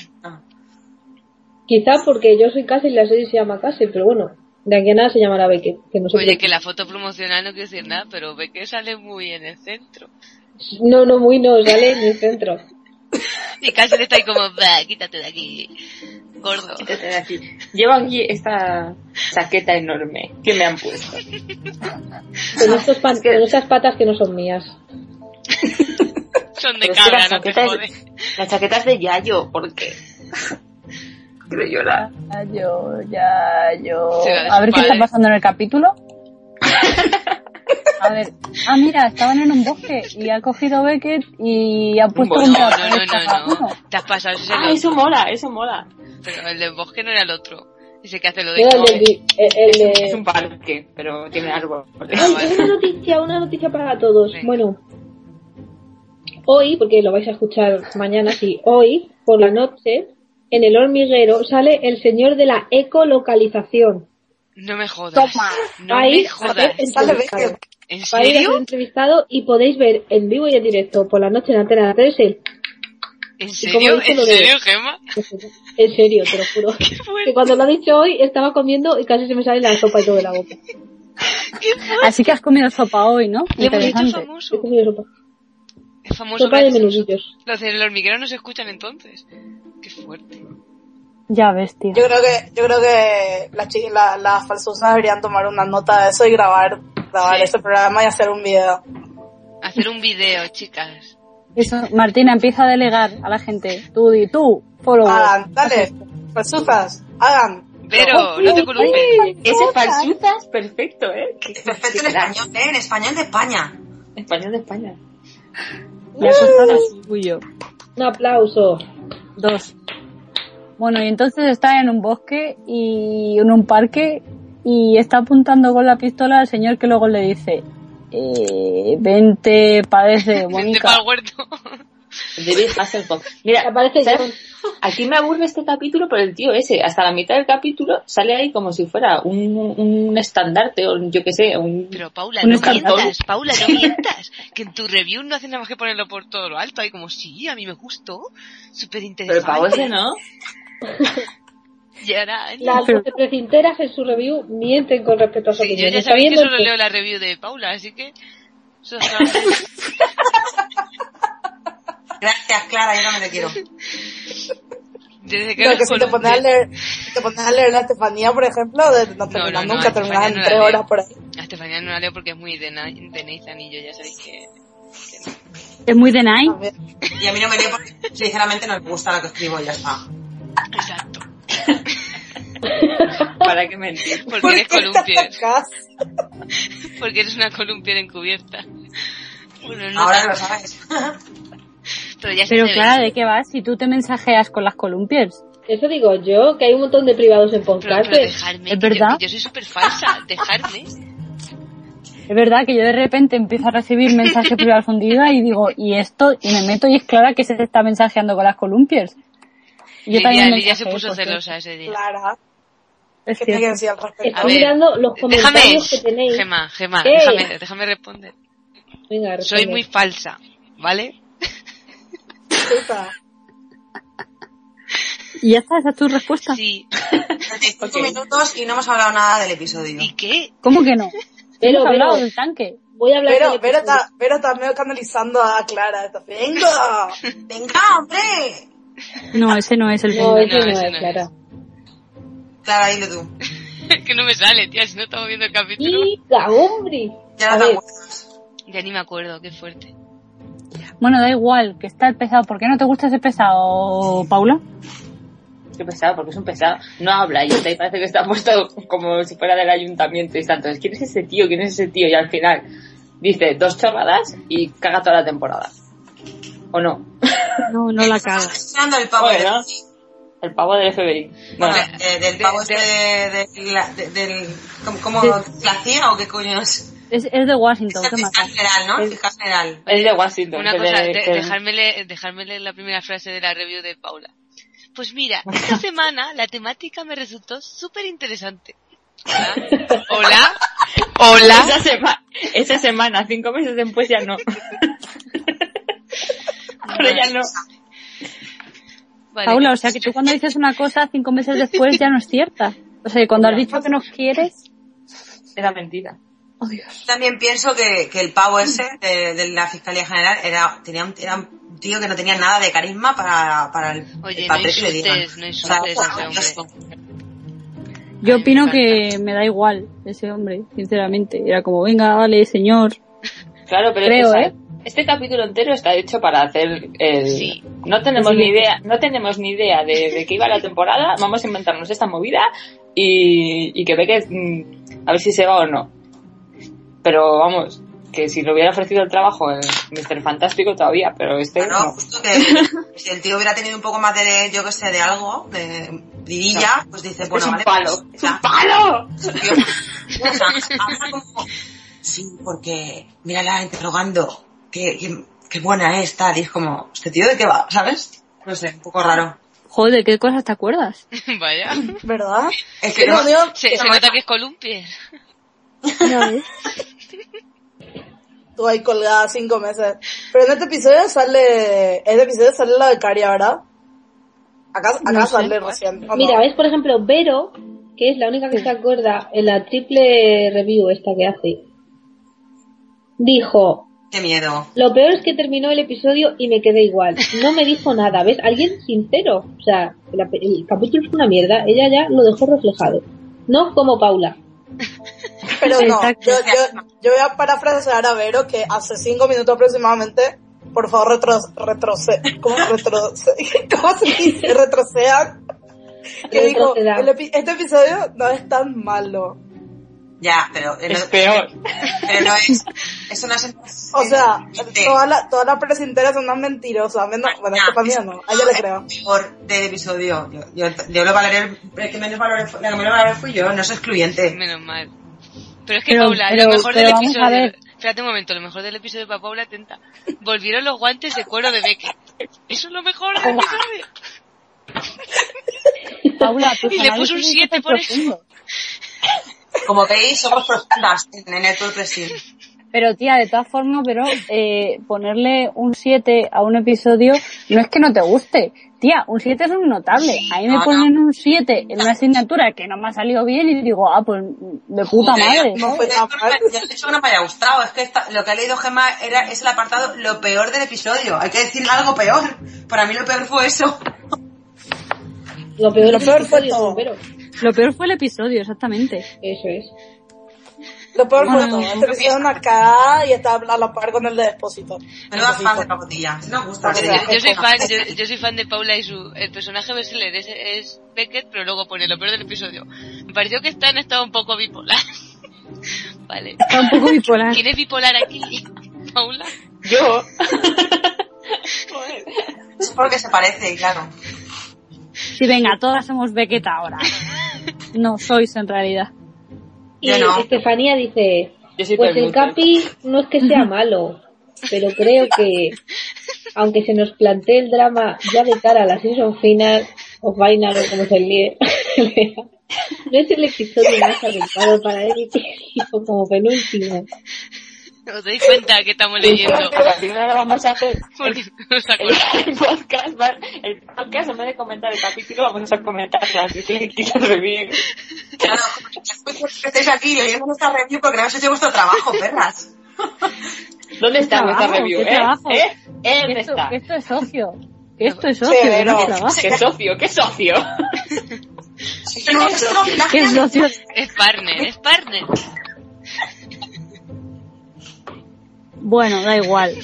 S2: Quizá porque yo soy Cassie y la serie se llama Cassie, pero bueno, de aquí a nada se llamará Beckett, que no se
S3: Oye, que
S2: preocupe.
S3: la foto promocional no quiere decir nada, pero ve que sale muy en el centro.
S2: No, no, muy no, sale en el centro.
S3: Y casi le está ahí como, "Bah, quítate de aquí, gordo.
S4: Quítate de aquí. Llevo aquí esta chaqueta enorme que me han puesto.
S2: Con, estos pan- con esas patas que no son mías.
S3: Son de
S4: Pero es que
S3: cabra,
S4: la
S3: no te
S4: chaqueta
S3: jode.
S4: es, la chaqueta es de Yayo, ¿por qué? Quiero llorar.
S5: ya yo, ya yo.
S3: Sí, la de
S5: A ver
S3: su
S5: qué está
S3: padre.
S5: pasando en el capítulo. A ver, ah, mira, estaban en un bosque y ha cogido Beckett y ha puesto
S4: Bueno,
S5: un
S3: No,
S5: trapo
S3: no,
S5: de
S3: no, no,
S5: cada uno.
S3: no. Te has pasado, ese es el
S4: Ah,
S3: otro.
S4: eso mola, eso mola.
S3: Pero el del bosque no era el otro. Ese que hace lo de...
S2: Era el, del- el- el de-
S4: Es un parque, pero tiene árboles.
S3: Ah,
S2: Ay,
S3: vale.
S2: una noticia, una noticia para todos.
S3: Venga.
S2: Bueno, hoy, porque lo vais a escuchar mañana, sí, hoy, por la noche, en el hormiguero sale el señor de la ecolocalización.
S3: No me jodas.
S5: Toma.
S3: No
S2: Va a
S3: me
S2: ir a ser
S3: jodas.
S6: Sale
S2: entrevistado.
S6: Beckett.
S3: ¿En
S2: Va a ir a ser
S3: serio?
S2: entrevistado y podéis ver en vivo y en directo por la noche en Antena 3 el...
S3: ¿En
S2: cómo
S3: serio?
S2: dice
S3: ¿En
S2: lo de-
S3: serio, Gemma?
S2: En serio, te lo juro.
S3: ¡Qué
S2: Que
S3: fuerte!
S2: cuando lo ha dicho hoy estaba comiendo y casi se me sale la sopa y todo de la boca.
S5: Así que has comido sopa hoy, ¿no?
S3: Le hemos hecho
S5: Interesante.
S2: He
S3: famoso.
S2: comido sopa.
S3: Es famoso.
S2: Sopa de
S3: gracias a
S2: menudillos.
S3: Los del hormiguero no se escuchan entonces. Qué fuerte.
S5: Ya ves, tío.
S6: Yo creo que, yo creo que las chi- la- las falsosas deberían tomar una nota de eso y grabar, grabar
S3: Sí.
S6: ese programa y hacer un video.
S3: Hacer un video, chicas.
S5: Eso, Martina, empieza a delegar a la gente. Tú di, tú, follow.
S3: Ah.
S6: Hagan, dale, falsosas, hagan.
S3: Pero, no te columpies.
S4: Ese falsuta es perfecto, ¿eh? Qué-
S7: Perfecto en
S4: qué crack.
S7: español, ¿eh? En español de España.
S4: Español de España.
S5: Y asustado suyo.
S2: Un aplauso.
S5: Dos. Bueno, y entonces está en un bosque y en un parque y está apuntando con la pistola al señor que luego le dice, eh, vente, padece,
S3: Vente
S5: bonita.
S3: para el huerto.
S4: David Hasselhoff. Mira,
S2: Aparece
S4: ¿sabes?
S2: John.
S4: aquí me aburre este capítulo, pero el tío ese, hasta la mitad del capítulo, sale ahí como si fuera un, un estandarte o yo qué sé, un...
S3: Pero Paula,
S5: Un
S3: no
S5: escándalo.
S3: mientas, Paula, no mientas. Que en tu review no hacen nada más que ponerlo por todo lo alto. Ahí como, sí, a mí me gustó. Súper
S4: Pero el pavo ese
S3: interesante.
S4: no.
S3: Y ahora,
S2: Las precinteras en su review mienten con respecto a su
S3: Sí, yo
S2: opinión.
S3: ya
S2: Está
S3: sabéis que
S2: viendo
S3: solo
S2: que-
S3: leo la review de Paula, así que... eso es-
S7: Gracias, Clara, yo no me te quiero.
S3: Desde que
S6: Pero
S3: eres
S6: que si te pones a
S3: columpiante.
S6: leer, si te pones a leer la Estefanía, por ejemplo, de- no terminas
S3: no, no,
S6: nunca,
S3: Estefanía
S6: terminas
S3: no
S6: en
S3: la
S6: tres
S3: leo.
S6: horas por ahí.
S3: A Estefanía no la leo porque es muy de, Na- de Nathan y yo ya sabéis que...
S5: Es muy de Nine.
S6: también.
S7: Y a mí no me leo porque, sinceramente, no me gusta lo que escribo y ya está.
S3: Exacto.
S4: ¿Para qué mentir?
S3: Porque
S6: ¿Por
S3: eres
S6: qué te
S3: columpier.
S6: atacas?
S3: Porque eres una columpier encubierta. Bueno, no
S7: Ahora que lo
S3: tanto,
S7: sabes.
S3: pero ya se
S5: Pero
S3: te ve.
S5: Clara, ¿de qué vas si tú te mensajeas con las columpiers?
S2: Eso digo yo, que hay un montón de privados en
S3: Pero,
S2: podcast.
S3: pero dejarme.
S5: ¿Es
S3: que yo-
S5: verdad?
S3: que Yo, soy súper falsa. Dejarme.
S5: Es verdad que yo de repente empiezo a recibir mensajes privados fundida y digo, ¿y esto? Y me meto y es Clara que se te está mensajeando con las columpiers. Y Yo
S3: Lidia,
S5: también
S3: Lidia se
S5: mensajeo,
S3: puso
S5: por cierto.
S3: celosa ese día.
S6: Clara,
S5: Es
S6: ¿qué tiene
S5: cierto.
S6: que decir al respecto?
S3: A
S2: Estoy
S3: ver,
S2: mirando los comentarios
S3: Eh, Déjame,
S2: que tenéis.
S3: Gemma, Gemma,
S2: ¿Qué?
S3: déjame, déjame responder.
S2: Venga,
S3: Soy
S2: responde.
S3: muy falsa, ¿vale?
S6: Disculpa.
S5: Y ya está, esa es tu respuesta.
S3: Sí.
S7: 35 minutos y no hemos hablado nada del episodio.
S3: ¿Y qué?
S5: ¿Cómo que no?
S2: Pero,
S5: Hemos hablado
S2: pero-
S5: del tanque.
S2: Voy a hablar
S6: Pero,
S2: del
S6: pero
S2: episodio.
S6: está, pero está medio canalizando a Clara. está, Venga, venga, hombre.
S5: No, ese no es el
S2: No,
S5: final.
S2: ese no,
S3: No, ese
S2: es,
S3: no
S2: Clara.
S3: es.
S7: Clara, dilo tú.
S3: que no me sale, tía, si no estamos viendo el capítulo.
S2: ¡Chica, hombre!
S7: Ya
S2: A
S7: no te
S2: ver,
S7: acuerdas.
S3: Ya ni me acuerdo, qué fuerte.
S5: Bueno, da igual, que está el pesado. ¿Por qué no te gusta ese pesado, Paula?
S4: Qué pesado, porque es un pesado. No habla y está ahí, parece que está puesto como si fuera del ayuntamiento y está. Entonces, ¿quién es ese tío? ¿Quién es ese tío? Y al final dice dos chorradas y caga toda la temporada. ¿O no?
S5: No, no la cago.
S7: Sonando el pavo
S4: Bueno, el pavo del FBI. Bueno,
S7: de- de- del pavo
S3: de-
S7: este de, de la- de- del... ¿Cómo, cómo la CIA o qué coño es?
S5: Es, es de Washington,
S7: Es el
S5: qué
S7: fiscal
S5: maca.
S7: general, ¿no? El fiscal general.
S4: es de Washington.
S3: Una
S4: que
S3: cosa,
S2: eh,
S4: le-
S3: de-
S4: que-
S3: dejadme leer- dejadme leer la primera frase de la review de Paula. Pues mira, esta semana la temática me resultó súper interesante. Hola, hola, hola.
S4: Esa, sema- esa semana, cinco meses después ya no. Ahora ya no.
S3: Vale.
S5: Paula, o sea que tú cuando dices una cosa, cinco meses después ya no es cierta. O sea, que cuando has dicho que nos quieres...
S4: Era mentira.
S5: Oh, Dios.
S7: También pienso que, que el pavo ese de, de la Fiscalía General era, tenía un, era un tío que no tenía nada de carisma para, para el,
S3: Oye,
S7: el
S3: no
S7: papel que le dieron.
S3: insultes, no
S7: O
S3: insultes
S7: sea,
S3: a ese hombre.
S5: Yo
S3: Ay, me
S5: opino
S3: encanta.
S5: que me da igual ese hombre, sinceramente. Era como, venga, vale, señor.
S4: Claro, pero
S5: Creo,
S4: es que,
S5: ¿eh?
S4: ¿sabes? este capítulo entero está hecho para hacer el...
S3: Sí.
S4: No tenemos
S5: Sí.
S4: ni idea, no tenemos ni idea de, de qué iba la temporada, vamos a inventarnos esta movida y, y que ve que mm, a ver si se va o no. Pero vamos, que si le hubiera ofrecido el trabajo el Mr. Fantástico todavía, pero este
S7: Claro,
S4: no.
S7: justo que si el tío hubiera tenido un poco más de, yo que sé, de algo, de vidilla, pues dice, bueno,
S4: es un
S7: vale.
S4: palo,
S7: pues,
S4: es un
S7: ya.
S4: palo.
S7: Tío, o sea, habla como, sí, porque mírala interrogando, qué, qué, qué buena es tal, y es como, ¿este tío de qué va? ¿Sabes? No sé, un poco raro.
S5: Joder, ¿qué cosas te acuerdas?
S3: Vaya.
S6: ¿Verdad?
S7: Es que
S6: Pero,
S7: no,
S6: Dios,
S3: Se, se nota que es columpie.
S6: tú ahí colgada cinco meses. Pero en este episodio sale, en este episodio sale la becaria, ¿verdad? Acá, acá
S5: No sé.
S6: sale recién. ¿o no?
S2: Mira, ves, por ejemplo, Vero, que es la única que está gorda en la triple review esta que hace, dijo,
S7: qué miedo.
S2: lo peor es que terminó el episodio y me quedé igual. No me dijo nada, ¿ves? Alguien sincero. O sea, el, ap- el capítulo es una mierda, ella ya lo dejó reflejado. No como Paula.
S6: Pero no,
S5: Exacto.
S6: yo, yo, yo voy a parafrasear a Vero que hace cinco minutos aproximadamente, por favor retro, retroce, ¿cómo, retroce, ¿cómo se dice? Retrocedan. Que digo,
S2: Retrocedan.
S6: el epi- este episodio no es tan malo.
S7: Ya, pero, eh,
S4: Es
S7: no-
S4: peor.
S7: pero no es, es una sensación.
S6: O sea,
S7: de-
S6: todas las todas las presenteras son unas mentirosas. Menos, bueno, esto para mí no, a ella le creo.
S7: El peor del episodio. Yo, yo, yo lo valoré, el que menos valoré, fue- la que menos valoré fui yo, no soy excluyente.
S3: Menos mal. Pero es que
S5: Pero-
S3: Paula,
S5: pero-
S3: lo mejor
S5: pero
S3: del
S5: vamos a
S3: episodio.
S5: ver.
S3: Espérate un momento, lo mejor del episodio para Paula atenta. Volvieron los guantes de cuero de Becky. Eso es lo mejor del episodio.
S5: Paula, tu
S3: Y le
S5: análisis
S3: puso un
S5: es
S3: siete por eso.
S5: profundo.
S7: Como veis, somos profundas en el Network Pressing.
S5: Pero tía, de todas formas, pero eh, ponerle un 7 a un episodio no es que no te guste. Tía, un 7 es un notable. A mí me
S7: no,
S5: ponen un 7 en una asignatura que no me ha salido bien y digo, ah, pues de puta madre.
S6: No fue tan mal.
S7: Ya he dicho que no me haya gustado, es que esta- lo que ha leído Gemma era, es el apartado lo peor del episodio. Hay que decir algo peor. Para mí lo peor fue eso.
S2: Lo peor,
S6: Lo
S2: del
S6: peor fue
S2: episodio,
S6: todo.
S2: Vero.
S5: Lo peor fue el episodio, exactamente.
S2: Eso es.
S6: Lo peor fue
S5: Bueno,
S6: todo. Este episodio es una cagada y está a la par con el de Despósito.
S7: Menuda fan de pacotilla. Si no gusta.
S6: Yo-
S7: sí.
S3: Yo, yo soy fan, yo, yo soy fan de Paula y su el personaje bestseller es, es Beckett, pero luego pone lo peor del episodio. Me pareció que Stan estaba un poco bipolar. vale.
S5: Está un poco bipolar.
S3: ¿Quién es bipolar aquí? Paula.
S4: Yo,
S7: Es porque se parece, claro.
S5: Sí, venga, todas somos Beckett ahora. No sois en realidad.
S2: Y
S7: Yo no.
S2: Estefanía dice,
S4: yo soy
S2: Pues el
S4: permuta.
S2: Capi no es que sea malo, pero creo que, aunque se nos plantee el drama ya de cara a la season final, o final, o como se lee, no es el episodio más adecuado para él, tipo como penúltimo.
S3: ¿Os dais cuenta que estamos leyendo?
S4: La primera la vamos a hacer.
S3: Porque no os
S4: El,
S3: acordáis.
S4: el podcast, va- el podcast, en vez de comentar el capítulo, vamos a comentar las disléxicas review.
S7: Claro, estáis aquí leyendo nuestra review porque no habéis hecho vuestro trabajo, perras.
S4: ¿Dónde está
S5: trabajo,
S4: nuestra review?
S5: qué
S4: ¿Eh?
S5: trabajo.
S4: ¿Eh? ¿Eh?
S5: Que
S4: ¿Dónde
S5: esto,
S4: está?
S5: que esto es socio. Que esto es socio.
S6: pero-
S5: no trabajo.
S4: ¿Qué socio? ¿Qué socio?
S7: Nuestro homenaje
S5: Que es socio.
S3: Es partner, es partner.
S5: Bueno, da igual.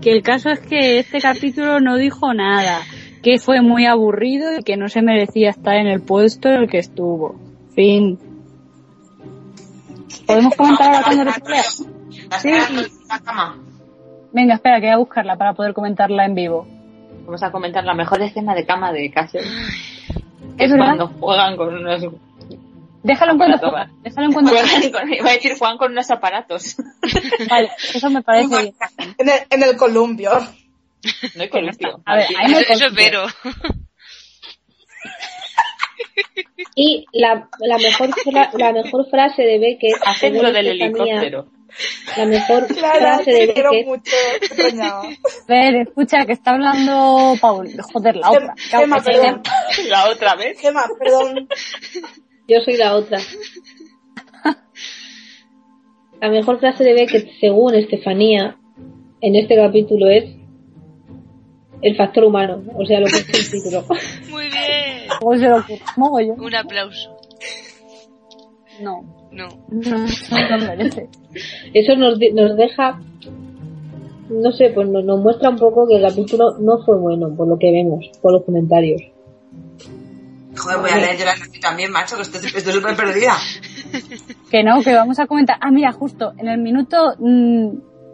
S5: Que el caso es que este capítulo no dijo nada. Que fue muy aburrido y que no se merecía estar en el puesto en el que estuvo. Fin. ¿Podemos comentar ahora cuando replea?
S7: Las caras en la cama.
S5: Venga, espera, que voy a buscarla para poder comentarla en vivo.
S4: Vamos a comentar la mejor escena de cama de Castle.
S5: ¿Es
S4: Es
S5: verdad?
S4: cuando juegan con unos...
S5: Déjalo en cuando
S4: Toma.
S5: juega, Déjalo en cuando
S4: Juegan con... Iba a decir juegan con unos aparatos.
S5: Vale, eso me parece bien.
S6: En el, en el columpio.
S4: No hay columpio.
S5: A ver, ahí
S3: Eso,
S5: me
S3: eso es
S5: confío.
S3: Vero.
S1: Y la, la, mejor, fra- la mejor frase de Beckett.
S4: Hacen
S1: según
S4: lo del
S1: Estefanía,
S4: helicóptero.
S1: La mejor
S6: Clara,
S1: frase de
S6: te quiero
S1: Beckett.
S6: mucho. Te extrañaba.
S5: Ver, escucha, que está hablando Paul. Joder, la otra.
S6: Gemma, perdón.
S4: La otra vez.
S6: Gemma, perdón.
S1: Yo soy la otra. La mejor frase de Beckett, según Estefanía, en este capítulo es el factor humano, o sea, lo que es el título.
S3: Muy bien.
S5: ¿Cómo Pues se lo ocurre? Mogollón.
S3: Un aplauso.
S5: No,
S3: No.
S5: no, no lo merece.
S1: Eso nos, de- nos deja, no sé, pues nos, nos muestra un poco que el capítulo no fue bueno, por lo que vemos, por los comentarios.
S7: Joder, voy a leer yo la noche también, macho, que estoy estoy súper perdida.
S5: Que no, que vamos a comentar. Ah, mira, justo, en el minuto mm,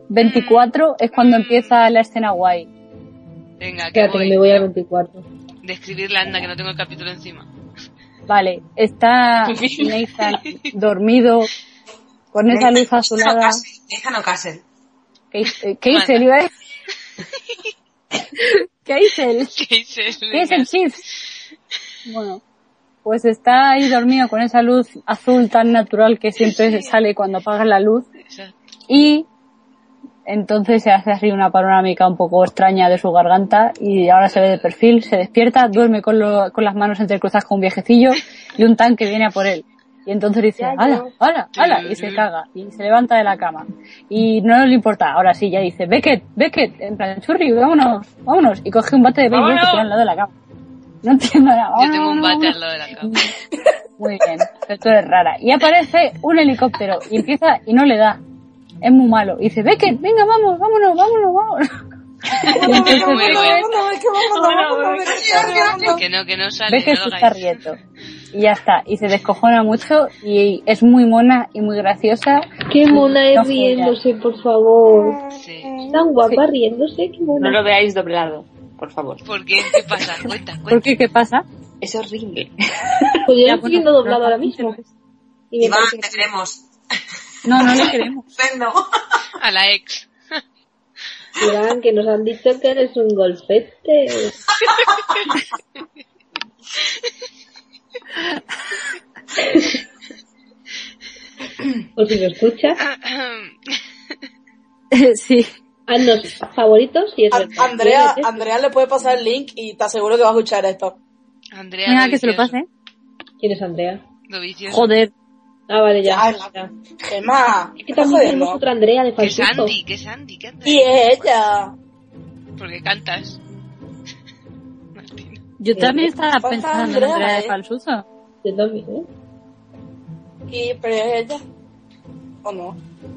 S5: 24 es cuando empieza la escena guay.
S3: Venga, que
S1: Espérate, que me voy al 24.
S3: Describirla, anda, que no tengo el capítulo encima.
S5: Vale, está Nathan dormido con esa luz azulada.
S7: Nathan O'Castle.
S5: Keisel, Keisel, iba a decir. Keisel.
S3: ¿Qué dices?
S5: ¿Qué es
S3: Venga.
S5: el Chiefs? Bueno, pues está ahí dormido con esa luz azul tan natural que siempre sale cuando apagas la luz
S3: Exacto.
S5: y entonces se hace así una panorámica un poco extraña de su garganta y ahora se ve de perfil, se despierta, duerme con, lo- con las manos entrecruzadas con un viejecillo y un tanque viene a por él. Y entonces dice, ala, ala, ala, y se caga, y se levanta de la cama. Y no le importa, ahora sí, ya dice, Beckett, Beckett, en plan, churri, vámonos, vámonos. Y coge un bate de béisbol que
S3: ¡Vámonos!
S5: tiene al lado de la cama. No entiendo nada.
S3: Yo tengo un
S5: vámonos,
S3: bate
S5: vámonos.
S3: al lado de la cama.
S5: Muy bien, pero tú eres rara. Y aparece un helicóptero y empieza y no le da. Es muy malo. Y dice, Beckett, venga, vamos, vámonos, vámonos, vámonos. Y entonces
S3: Muy
S5: Beckett-
S3: bueno.
S6: Vámonos, que vámonos, vámonos, que vámonos.
S3: Que no, que no sale.
S5: Beckett
S3: no
S5: se
S3: lo
S5: está
S3: hagáis.
S5: riendo. Y ya está. Y se descojona mucho y es muy mona y muy graciosa.
S1: Qué mona es
S5: No fue ella.
S1: riéndose, por favor.
S3: Sí.
S1: Tan guapa riéndose, qué
S4: No
S1: mona.
S4: lo veáis doblado, por favor.
S3: ¿Por qué? ¿Qué pasa? Cuenta,
S5: ¿Por
S3: cuenta.
S5: qué? ¿Qué pasa?
S4: Es horrible.
S1: Pues yo
S5: Ya,
S1: lo estoy
S5: bueno,
S1: viendo
S5: pero
S1: doblado ahora mismo. Y me
S7: Iván,
S1: parece
S7: te queremos.
S5: No, no le queremos.
S7: Estupendo.
S3: A la ex.
S1: que Iván, que nos han dicho que eres un golfete. Por si lo escuchas,
S5: sí.
S1: haznos Ah, favoritos y es
S6: A-
S1: verdad.
S6: Andrea,
S1: Tienes, ¿eh?
S6: Andrea le puede pasar el link y te aseguro que va a escuchar esto.
S3: Andrea.
S5: Venga, que se lo
S3: vicioso.
S5: pase.
S1: ¿Quién es Andrea?
S3: Lo vicioso.
S5: Joder.
S1: Ah, vale, ya.
S6: Ya, la- Gemma,
S1: Es que también
S6: estás
S1: tenemos
S6: jodiendo.
S1: otra Andrea de
S3: Que
S2: pues
S3: es
S1: Falsito.
S3: Andy, que es Andy, que Andy.
S6: Y ella.
S3: Porque cantas. Martina.
S5: Yo también estaba
S6: Falta
S5: pensando en
S6: Andrea,
S5: Andrea de
S6: ¿eh?
S5: Falsuso.
S1: Yo también, ¿eh?
S6: Y, pero es ella. ¿O no?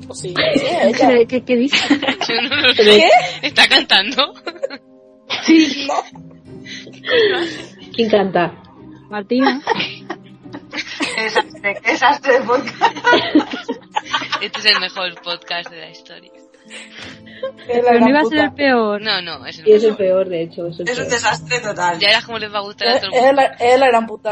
S6: ¿O sí? Sí, es ella.
S5: ¿Qué, qué, qué dice?
S3: Yo no lo sé. ¿Está cantando?
S1: ¿Quién canta?
S5: Martina.
S7: Qué desastre, qué desastre de podcast.
S3: Este es el mejor podcast de la historia.
S6: Es la
S5: Pero no iba
S6: gran
S5: a ser el
S6: puta.
S5: peor.
S3: No, no, es el
S1: Y es el
S3: mejor.
S1: peor, de hecho. Es el
S7: Es un
S1: peor.
S7: desastre total.
S3: Ya verás cómo les va a gustar a
S6: Es
S3: todo el
S6: es
S3: mundo.
S6: Eh, la es la gran puta.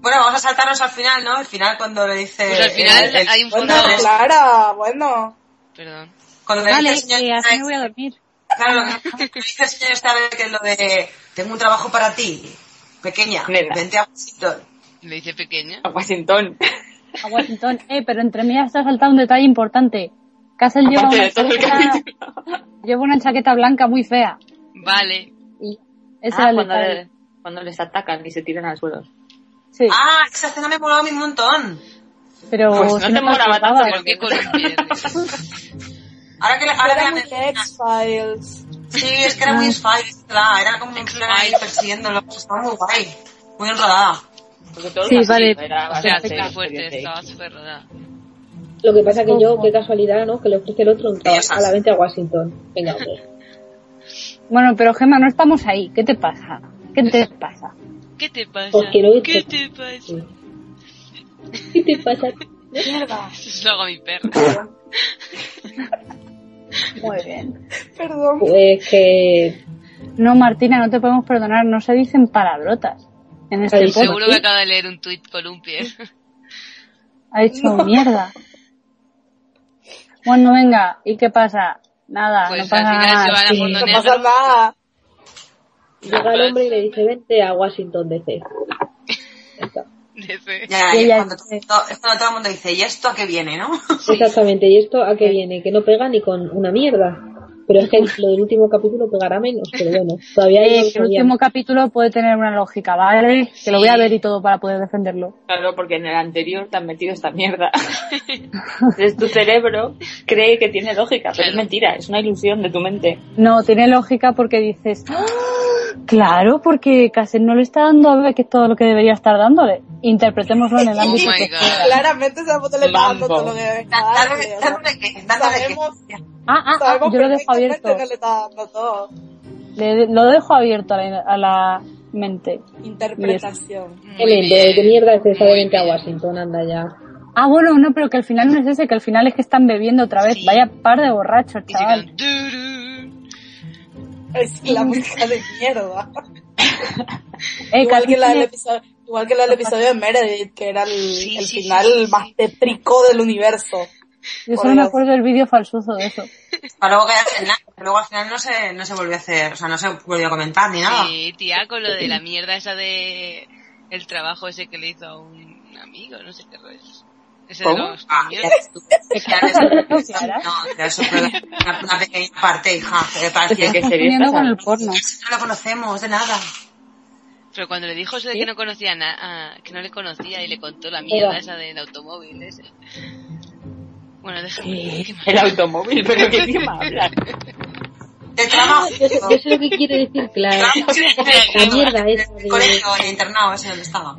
S7: Bueno, vamos a saltarnos al final, ¿no? Al final cuando le dice...
S3: Pues al final
S7: el- el-
S3: hay un
S6: Bueno,
S3: fondo.
S6: Clara, bueno.
S3: Perdón.
S7: Cuando le
S5: Vale,
S7: dice el
S5: eh,
S7: señor...
S5: así me voy a dormir.
S7: Claro, lo que me dice el señor esta vez que es lo de... Tengo un trabajo para ti, pequeña.
S4: Nena.
S7: Vente a Washington.
S3: Le dice pequeña.
S4: A Washington.
S5: a Washington. Eh, pero entre medias se ha saltado un detalle importante. Castle lleva
S4: Aparte
S5: una,
S4: de todo el
S5: chaqueta, lleva una chaqueta blanca muy fea.
S3: Vale.
S5: Y ese
S4: Ah,
S5: era el
S4: cuando,
S5: detalle.
S4: le- cuando les atacan y se tiran al suelo.
S5: Sí,
S7: Ah, esa escena me ha molado a mí un montón.
S5: pero
S4: Pues no
S5: si
S4: te
S5: me
S4: molaba
S5: acordaba.
S4: tanto
S3: ¿Por qué Colombia?
S7: Ahora que la, ahora que la
S6: Era muy de X-Files.
S7: Sí, es que era muy Spice, ¿verdad? Era como un plan ahí persiguiéndolo. pues Estaba muy guay. Muy enredada.
S4: Porque todo el
S5: Sí,
S4: caso
S5: vale.
S4: era
S3: O sea,
S4: bastante
S3: está fuerte,
S4: expediente.
S3: estaba súper rodada.
S1: Lo que pasa que yo, qué casualidad, ¿no? Que le ofrece el otro un
S7: Ya
S1: a la
S7: sabes.
S1: venta a Washington. Venga, hombre.
S5: Bueno, pero Gemma, no estamos ahí. ¿Qué te pasa? ¿Qué te pasa?
S3: ¿Qué te pasa?
S1: Os quiero ir-
S3: ¿Qué te pasa?
S1: ¿Qué te pasa?
S6: Mierda.
S3: Eso lo hago a mi perro.
S5: Muy bien.
S6: Perdón.
S1: Pues que
S5: No, Martina, no te podemos perdonar. No se dicen palabrotas en este
S1: Ay,
S5: podcast.
S3: Seguro que acaba de leer un tuit columpio.
S5: Ha dicho mierda. Bueno, venga. ¿Y qué pasa? Nada,
S3: Pues
S5: Ah, no pasa
S3: al final
S5: nada.
S3: se van a
S5: sí.
S3: fondo
S6: No
S3: negro.
S6: pasa nada.
S1: llega el hombre y le dice, vente a Washington DC. Ya está.
S3: Dice,
S7: Ya,
S5: Y
S7: y es
S5: ella-
S7: cuando todo, es cuando todo el mundo dice, ¿y esto a qué viene, no?
S1: Exactamente, ¿y esto a qué viene? Que no pega ni con una mierda. Pero es que lo del último capítulo pegará menos, pero bueno, todavía
S5: Eh,
S1: hay
S5: que el último capítulo puede tener una lógica, ¿vale? Que lo voy a ver y todo para poder defenderlo.
S4: Claro, porque en el anterior te han metido esta mierda. Entonces tu cerebro cree que tiene lógica, pero es
S3: Claro.
S4: mentira, es una ilusión de tu mente.
S5: No, tiene lógica porque dices, "Ah, claro, porque Cassette no le está dando a ver que es todo lo que debería estar dándole. Interpretémoslo en el
S3: Oh
S5: ámbito
S3: my
S5: que
S3: God.
S5: sea. Ah,
S6: Claramente esa foto le está dando
S4: Mambo.
S6: todo lo que debe estar
S7: Dándole,
S6: dándole, o sea,
S7: dándole que, dándole que.
S6: Sabemos,
S5: Ah, ah, ah,
S6: sabemos
S5: yo lo dejo
S6: perfectamente
S5: abierto.
S6: que le está dando todo.
S5: Le- lo dejo abierto a la, a la mente.
S6: Interpretación.
S3: muy
S1: Qué lindo, ¿de qué
S3: bien.
S1: mierda es esa de
S3: Muy
S1: vente a
S3: bien.
S1: Washington? Anda ya.
S5: Ah, bueno, no, pero que al final no es ese, que al final es que están bebiendo otra vez.
S3: Sí.
S5: Vaya par de borrachos,
S3: Y se quedan,
S5: chaval.
S3: "Turú".
S6: Es la música de mierda.
S5: Eh,
S6: igual, que la del
S5: Cassette-
S6: episodio, igual que la del episodio de Meredith, que era el,
S3: Sí,
S6: el
S3: sí,
S6: final
S3: sí, sí,
S6: más
S3: sí. Oh
S6: tétrico del universo.
S5: yo
S6: por
S5: solo me
S6: Dios.
S5: acuerdo del vídeo falsuzo de eso.
S7: Para luego quedarse en nada. pero Luego al final no se, no se volvió a hacer, o sea, no se volvió a comentar ni nada.
S3: Sí, tía, con lo de la mierda esa de el trabajo ese que le hizo a un amigo, no sé qué rollo. es. Ese de
S7: ¿Cómo?
S3: los
S7: Ah, ya
S3: mierda.
S7: ves tú. Ya ves tú.
S5: No, Clara.
S7: No, ya eso fue una, una pequeña parte, hija, que parecía que
S5: Estás
S4: serie
S5: uniendo
S4: estás
S5: con el
S4: hablando?
S5: porno.
S7: no lo conocemos de nada.
S3: Pero cuando le dijo eso de que no conocía na- a- que no le conocía y le contó la mierda esa del automóvil ese. Bueno, déjame. qué mal.
S4: El automóvil, pero qué idioma hablas.
S7: De trama,
S1: Yo sé, yo sé lo que quiere decir, claro. La mierda esa
S7: el
S1: de...
S7: colegio, el internado ese donde estaba.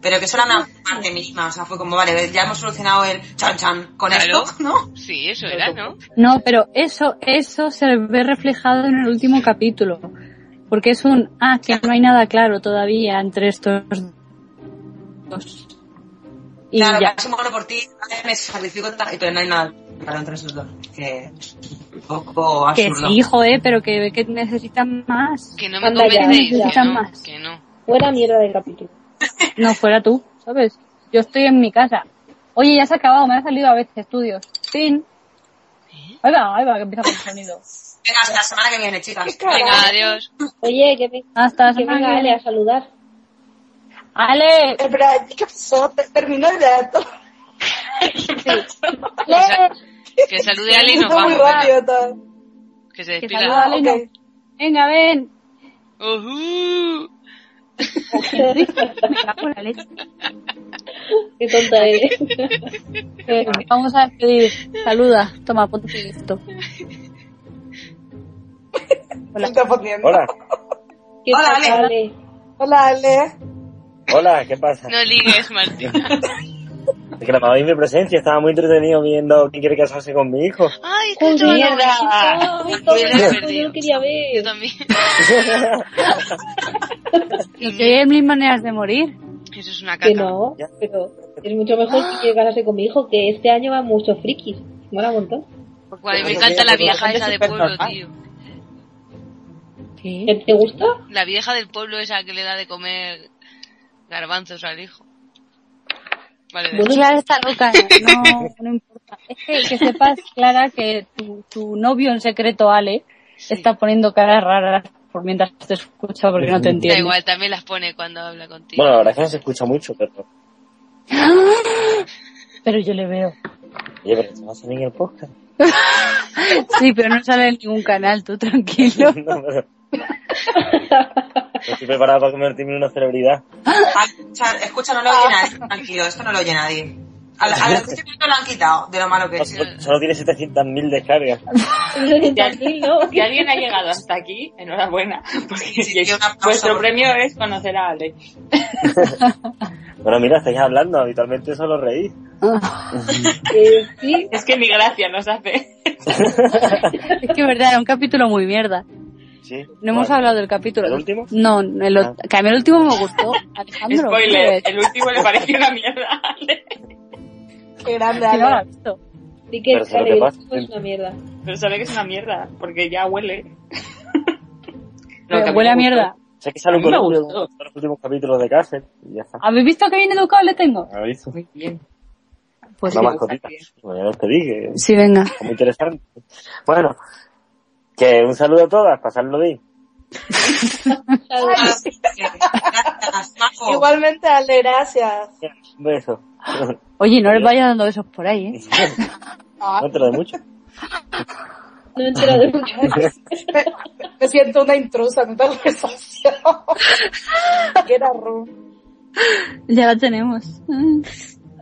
S7: Pero que eso era una parte mínima, o sea, fue como, vale, ya hemos solucionado el chan chan con
S3: Claro.
S7: esto, ¿no?
S3: Sí, eso era, ¿no?
S5: No, pero eso, eso se ve reflejado en el último capítulo. Porque es un, ah, que no hay nada claro todavía entre estos dos. Y
S7: claro,
S5: ya.
S7: ya. me muero por ti, me sacrifico, tal, pero no hay nada claro entre esos dos. Que es un poco
S5: Que
S7: absurdo.
S5: sí, joder, pero que, que necesitan más.
S3: Que no me
S1: Anda ya,
S3: convencéis,
S5: anda
S3: que
S5: ya.
S3: no,
S5: Más.
S3: que no.
S1: Fuera mierda de capítulo.
S5: No fuera tú, ¿sabes? Yo estoy en mi casa. Oye, ya se ha acabado, me ha salido a veces estudios. Fin.
S7: ¿Eh?
S5: Ahí va, ahí va, que empieza con el sonido.
S7: Venga, hasta la semana que viene, chicas.
S3: Venga, adiós.
S1: Oye, que, me-
S5: Hasta la
S1: que
S5: semana
S1: venga
S5: que
S1: Ale a
S5: viene.
S1: saludar.
S5: Ale,
S6: Eh, Pero, ¿qué pasó? Te- Terminó el dato.
S3: Que, sa- que salude a Ale y nos
S6: Está muy
S3: vamos. venga.
S6: rápido todo. Ah,
S3: Que se
S5: que
S3: despida.
S5: saluda a Ale y no.
S6: Ok.
S5: Venga, ven.
S3: Ujú.
S5: Me cago en la leche.
S1: Qué tonta eres.
S5: Eh, vamos a despedir. Saluda. Toma, ponte listo. Hola.
S6: ¿Quién está poniendo?
S8: Hola,
S1: ¿Qué
S7: Hola,
S1: pasa,
S7: Ale.
S1: Ale?
S6: Hola, Ale.
S8: hola, ¿qué pasa?
S3: No ligues, Martina.
S8: Que la mamá en mi presencia estaba muy entretenido viendo quién quiere casarse con mi hijo.
S3: Ay, es que
S1: Joder,
S3: estaba
S1: mierda.
S7: Ah,
S1: Ay, todo
S3: Yo lo he
S1: eso, yo
S3: perdido.
S1: lo quería
S3: Yo
S1: ver.
S3: también.
S5: Y que hay mil maneras de morir.
S3: Eso es una
S1: Que
S3: caca.
S1: no, pero es mucho mejor que quiere casarse con mi hijo, que este año van muchos frikis. Mola un montón.
S3: Guay, me
S4: Pero
S3: encanta la
S4: mira, porque la
S3: vieja
S4: gente
S3: esa
S4: es
S3: de
S4: súper
S3: pueblo,
S4: normal.
S3: tío.
S1: ¿Te, te gusta?
S3: La vieja del pueblo esa que le da de comer garbanzos al hijo. Vale, de-
S1: Bueno,
S5: Clara está loca. No, no importa. Es que, que sepas, Clara, que tu, tu novio en secreto, Ale, está poniendo caras raras por mientras te escucha porque no te
S3: da
S5: entiende.
S3: igual, también las pone cuando habla contigo.
S8: Bueno, la verdad es que no se escucha mucho, pero...
S5: Pero yo le veo.
S8: Oye, pero esto no hace ni en el podcast.
S5: Sí, pero no sale en ningún canal, tú tranquilo.
S8: No, pero... No estoy preparado para convertirme en una celebridad.
S7: Ay, escucha, escucha, no lo oye nadie, tranquilo, esto no lo oye nadie. A la, a la noche cuánto lo han quitado de lo malo que
S9: No,
S7: es.
S9: solo, solo tiene 700.000 descargas.
S4: Si alguien ha llegado hasta aquí, enhorabuena, porque
S7: sí, sí, un aplauso,
S4: vuestro
S7: por
S4: premio es conocer a Ale.
S9: Bueno, mira, estáis hablando, habitualmente solo reís.
S4: Eh, Es que ni gracia nos hace.
S5: Es que es verdad, era un capítulo muy mierda.
S9: Sí.
S5: No hemos
S9: Vale.
S5: hablado del capítulo.
S9: ¿El último? Ah.
S5: No, el, ot- que a mí el último me gustó. Alejandro.
S4: Spoiler,
S5: ¿qué
S4: el último le pareció una mierda a Ale.
S6: Qué grande,
S5: ves? Que no lo
S6: Ale.
S5: has visto.
S2: Sí que
S9: Pero
S2: claro,
S9: ¿sabes lo que
S2: el
S9: pasa?
S2: último es una mierda.
S4: Pero sabe que es una mierda, porque ya huele.
S5: Pero huele a mierda.
S9: O sea, que sale
S4: A
S9: un
S4: mí me
S9: columna
S4: gustó.
S9: de los últimos capítulos de Cárcel y ya está.
S5: ¿Habéis visto que bien educado le tengo?
S9: Lo aviso.
S4: Muy bien.
S5: Pues
S9: Una
S5: sí.
S9: mascotita. Bueno, ya te dije,
S5: Sí, venga.
S9: es muy interesante. Bueno, que un saludo a todas, pasadlo bien.
S7: Gracias, Majo.
S6: Igualmente, Ale, gracias.
S9: Un beso.
S5: Oye, no les vaya dando besos por ahí, ¿eh?
S4: Ah.
S9: No te lo de mucho.
S2: No me entero de mucho.
S6: Me siento una intrusa en esta conversación. Qué era Ru.
S5: Ya la tenemos. Mm.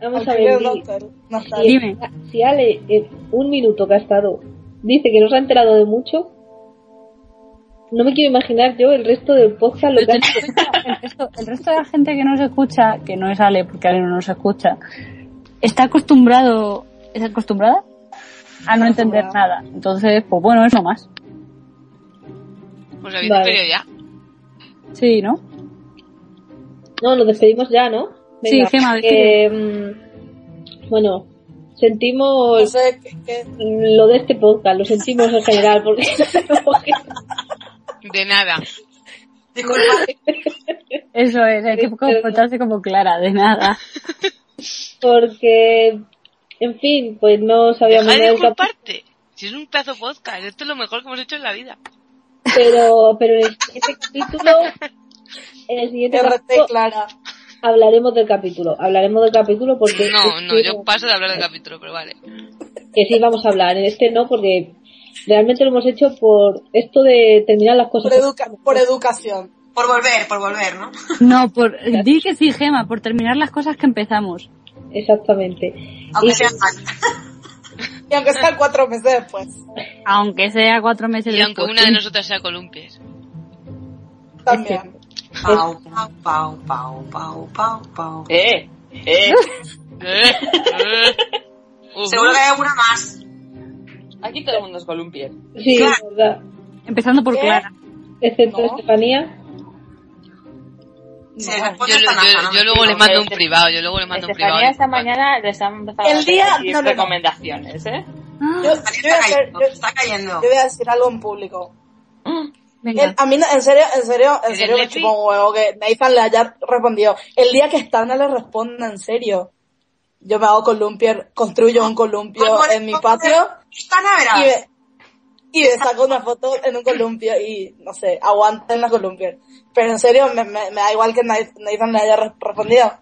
S2: Vamos a ver. Lili.
S6: Natalia.
S2: Si-
S5: Dime.
S2: Si Ale, en un minuto que ha estado, dice que nos ha enterado de mucho, no me quiero imaginar yo el resto del podcast lo que ha
S5: Pero tened en cuenta, el, resto, el resto de la gente que nos escucha, que no es Ale, porque Ale no nos escucha, está acostumbrado, ¿es acostumbrada? A no entender nada. Entonces, pues bueno, eso más.
S3: Pues habéis
S2: Vale.
S3: despedido ya.
S5: Sí, ¿no?
S2: No, nos despedimos ya, ¿no?
S5: Sí, Gemma,
S2: que, mm, Bueno,
S6: No
S2: sentimos
S6: sé, ¿qué- qué?
S2: mm, lo de este podcast, lo sentimos en general, porque
S3: De nada.
S7: Disculpa,
S5: Eso es, hay que comportarse como Clara, de nada.
S2: porque, en fin, pues no sabíamos
S3: Deja de
S2: nada del cap-
S3: disculparte. Si es un pedazo de podcast, esto es lo mejor que hemos hecho en la vida.
S2: pero, pero en el siguiente capítulo, en el siguiente
S6: RT,
S2: capítulo
S6: Clara.
S2: hablaremos del capítulo, hablaremos del capítulo porque
S3: No, no,
S2: este-
S3: yo paso de hablar del capítulo, pero vale.
S2: que sí vamos a hablar, en este no, porque realmente lo hemos hecho por esto de terminar las cosas.
S6: Por, educa por educación.
S7: por volver, por volver, ¿no?
S5: No, por, di que sí, Gema, por terminar las cosas que empezamos.
S2: Exactamente. Y-
S7: Aunque sea mal.
S6: Y aunque sea cuatro meses después.
S5: Aunque sea cuatro meses
S3: Y aunque
S5: después.
S3: una de nosotras sea columpies.
S6: También.
S7: Pau, pau, pau, pau, pau, pau, pau.
S4: Eh, eh.
S3: Eh, eh. Ujú.
S7: Seguro que hay alguna más.
S4: Aquí todo el mundo es columpie.
S2: sí,
S3: Ah.
S7: Claro.
S2: es verdad.
S5: Empezando por
S6: ¿Qué?
S5: Clara.
S2: Excepto
S6: No.
S2: Estefanía.
S7: Si les responde
S3: Yo,
S7: esta
S3: yo-
S7: naja, Pues no me
S3: yo luego
S7: digo.
S3: les mando un privado, yo luego les mando un privado.
S4: Estefanía esta mañana les han empezado
S6: El
S4: a hacer
S6: día-
S4: así
S6: no, no, no.
S4: recomendaciones, ¿eh?
S6: Yo, yo voy a
S7: Ah, Está
S6: hacer-
S7: cayendo,
S6: yo-
S7: está cayendo.
S6: yo voy a decir algo en público.
S5: Venga.
S6: El- a mí, no- en serio, en serio, en
S3: ¿Eres
S6: serio, me
S3: Netflix?
S6: chupó un huevo que Nathan le haya respondido. El día que Stana le responda, en serio, yo me hago columpio, construyo un columpio
S7: Vamos,
S6: en mi
S7: vamos,
S6: patio
S7: Esta verás.
S6: y me, y me saco una foto en un columpio y, no sé, aguanten la columpio. Pero en serio, me, me, me da igual que Nath- Nathan le haya re- respondido.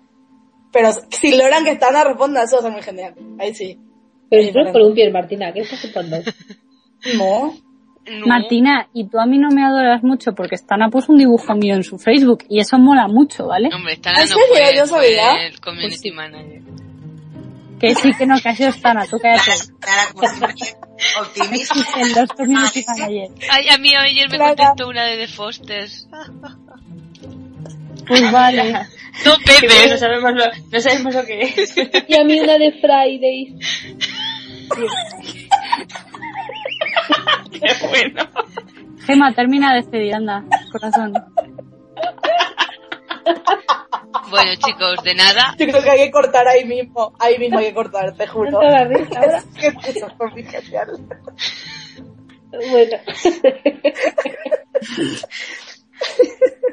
S6: Pero si logran que Stana responda, eso va a ser muy genial. Ahí sí.
S2: Pero
S6: Sí,
S2: si tú eres
S6: pero-
S2: Columpier, Martina, ¿qué estás contando?
S6: No.
S3: No.
S5: Martina, y tú a mí no me adoras mucho porque Stana puso un dibujo mío en su Facebook y eso mola mucho, ¿vale?
S3: Hombre, esta nana
S6: ¿En
S3: no
S6: serio?
S3: fue,
S6: Yo
S3: fue
S6: sabía.
S3: el community manager.
S5: Que sí, que no, que ha sido Stana, tú cállate.
S7: Clara, como siempre, optimista.
S5: El los community manager.
S3: Ay, a mí ayer me
S6: Clara.
S3: contestó una de The Fosters.
S5: Pues vale.
S3: Dos
S4: Que bueno, no
S3: veces.
S4: sabemos lo, no sabemos lo que es.
S2: Y a mí una de Fridays.
S4: Qué bueno.
S5: Gema, termina de despedir, anda, corazón.
S3: Bueno, chicos, de nada.
S6: Yo creo que hay que cortar ahí mismo. Ahí mismo hay que cortar, te juro.
S2: Tanta la risa ahora.
S6: Es que eso fue muy genial.
S2: Bueno,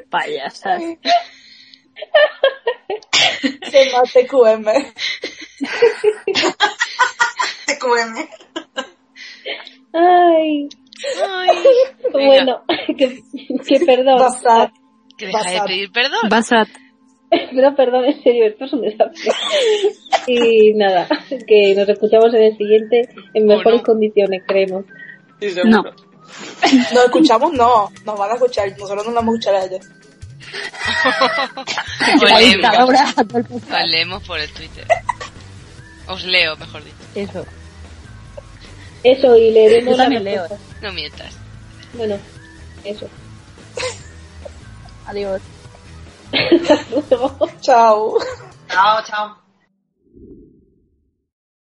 S5: Payasas.
S6: Se más TQM.
S7: TQM.
S2: ay,
S3: Ay, venga,
S2: bueno, que, que perdón.
S6: Basad.
S3: que deja de
S6: pasar.
S3: pedir perdón.
S5: Basat.
S2: No, perdón, en serio, esto es un desastre. Y nada, que nos escuchamos en el siguiente en mejores
S3: Bueno.
S2: condiciones, creemos.
S4: Sí,
S5: No.
S4: seguro.
S6: Nos escuchamos, no. Nos van a escuchar. Nosotros no nos vamos a escuchar a ellos.
S5: La
S3: Olemos,
S5: dictadora. a todo el mundo.
S3: olemos por el Twitter. Os leo, mejor dicho.
S10: Eso.
S2: Eso, y le demos
S5: Yo
S2: la
S5: también leo.
S2: respuesta.
S3: No mientas.
S2: Bueno, eso.
S5: Adiós.
S2: Hasta luego.
S11: Chao.
S6: Chao, chao.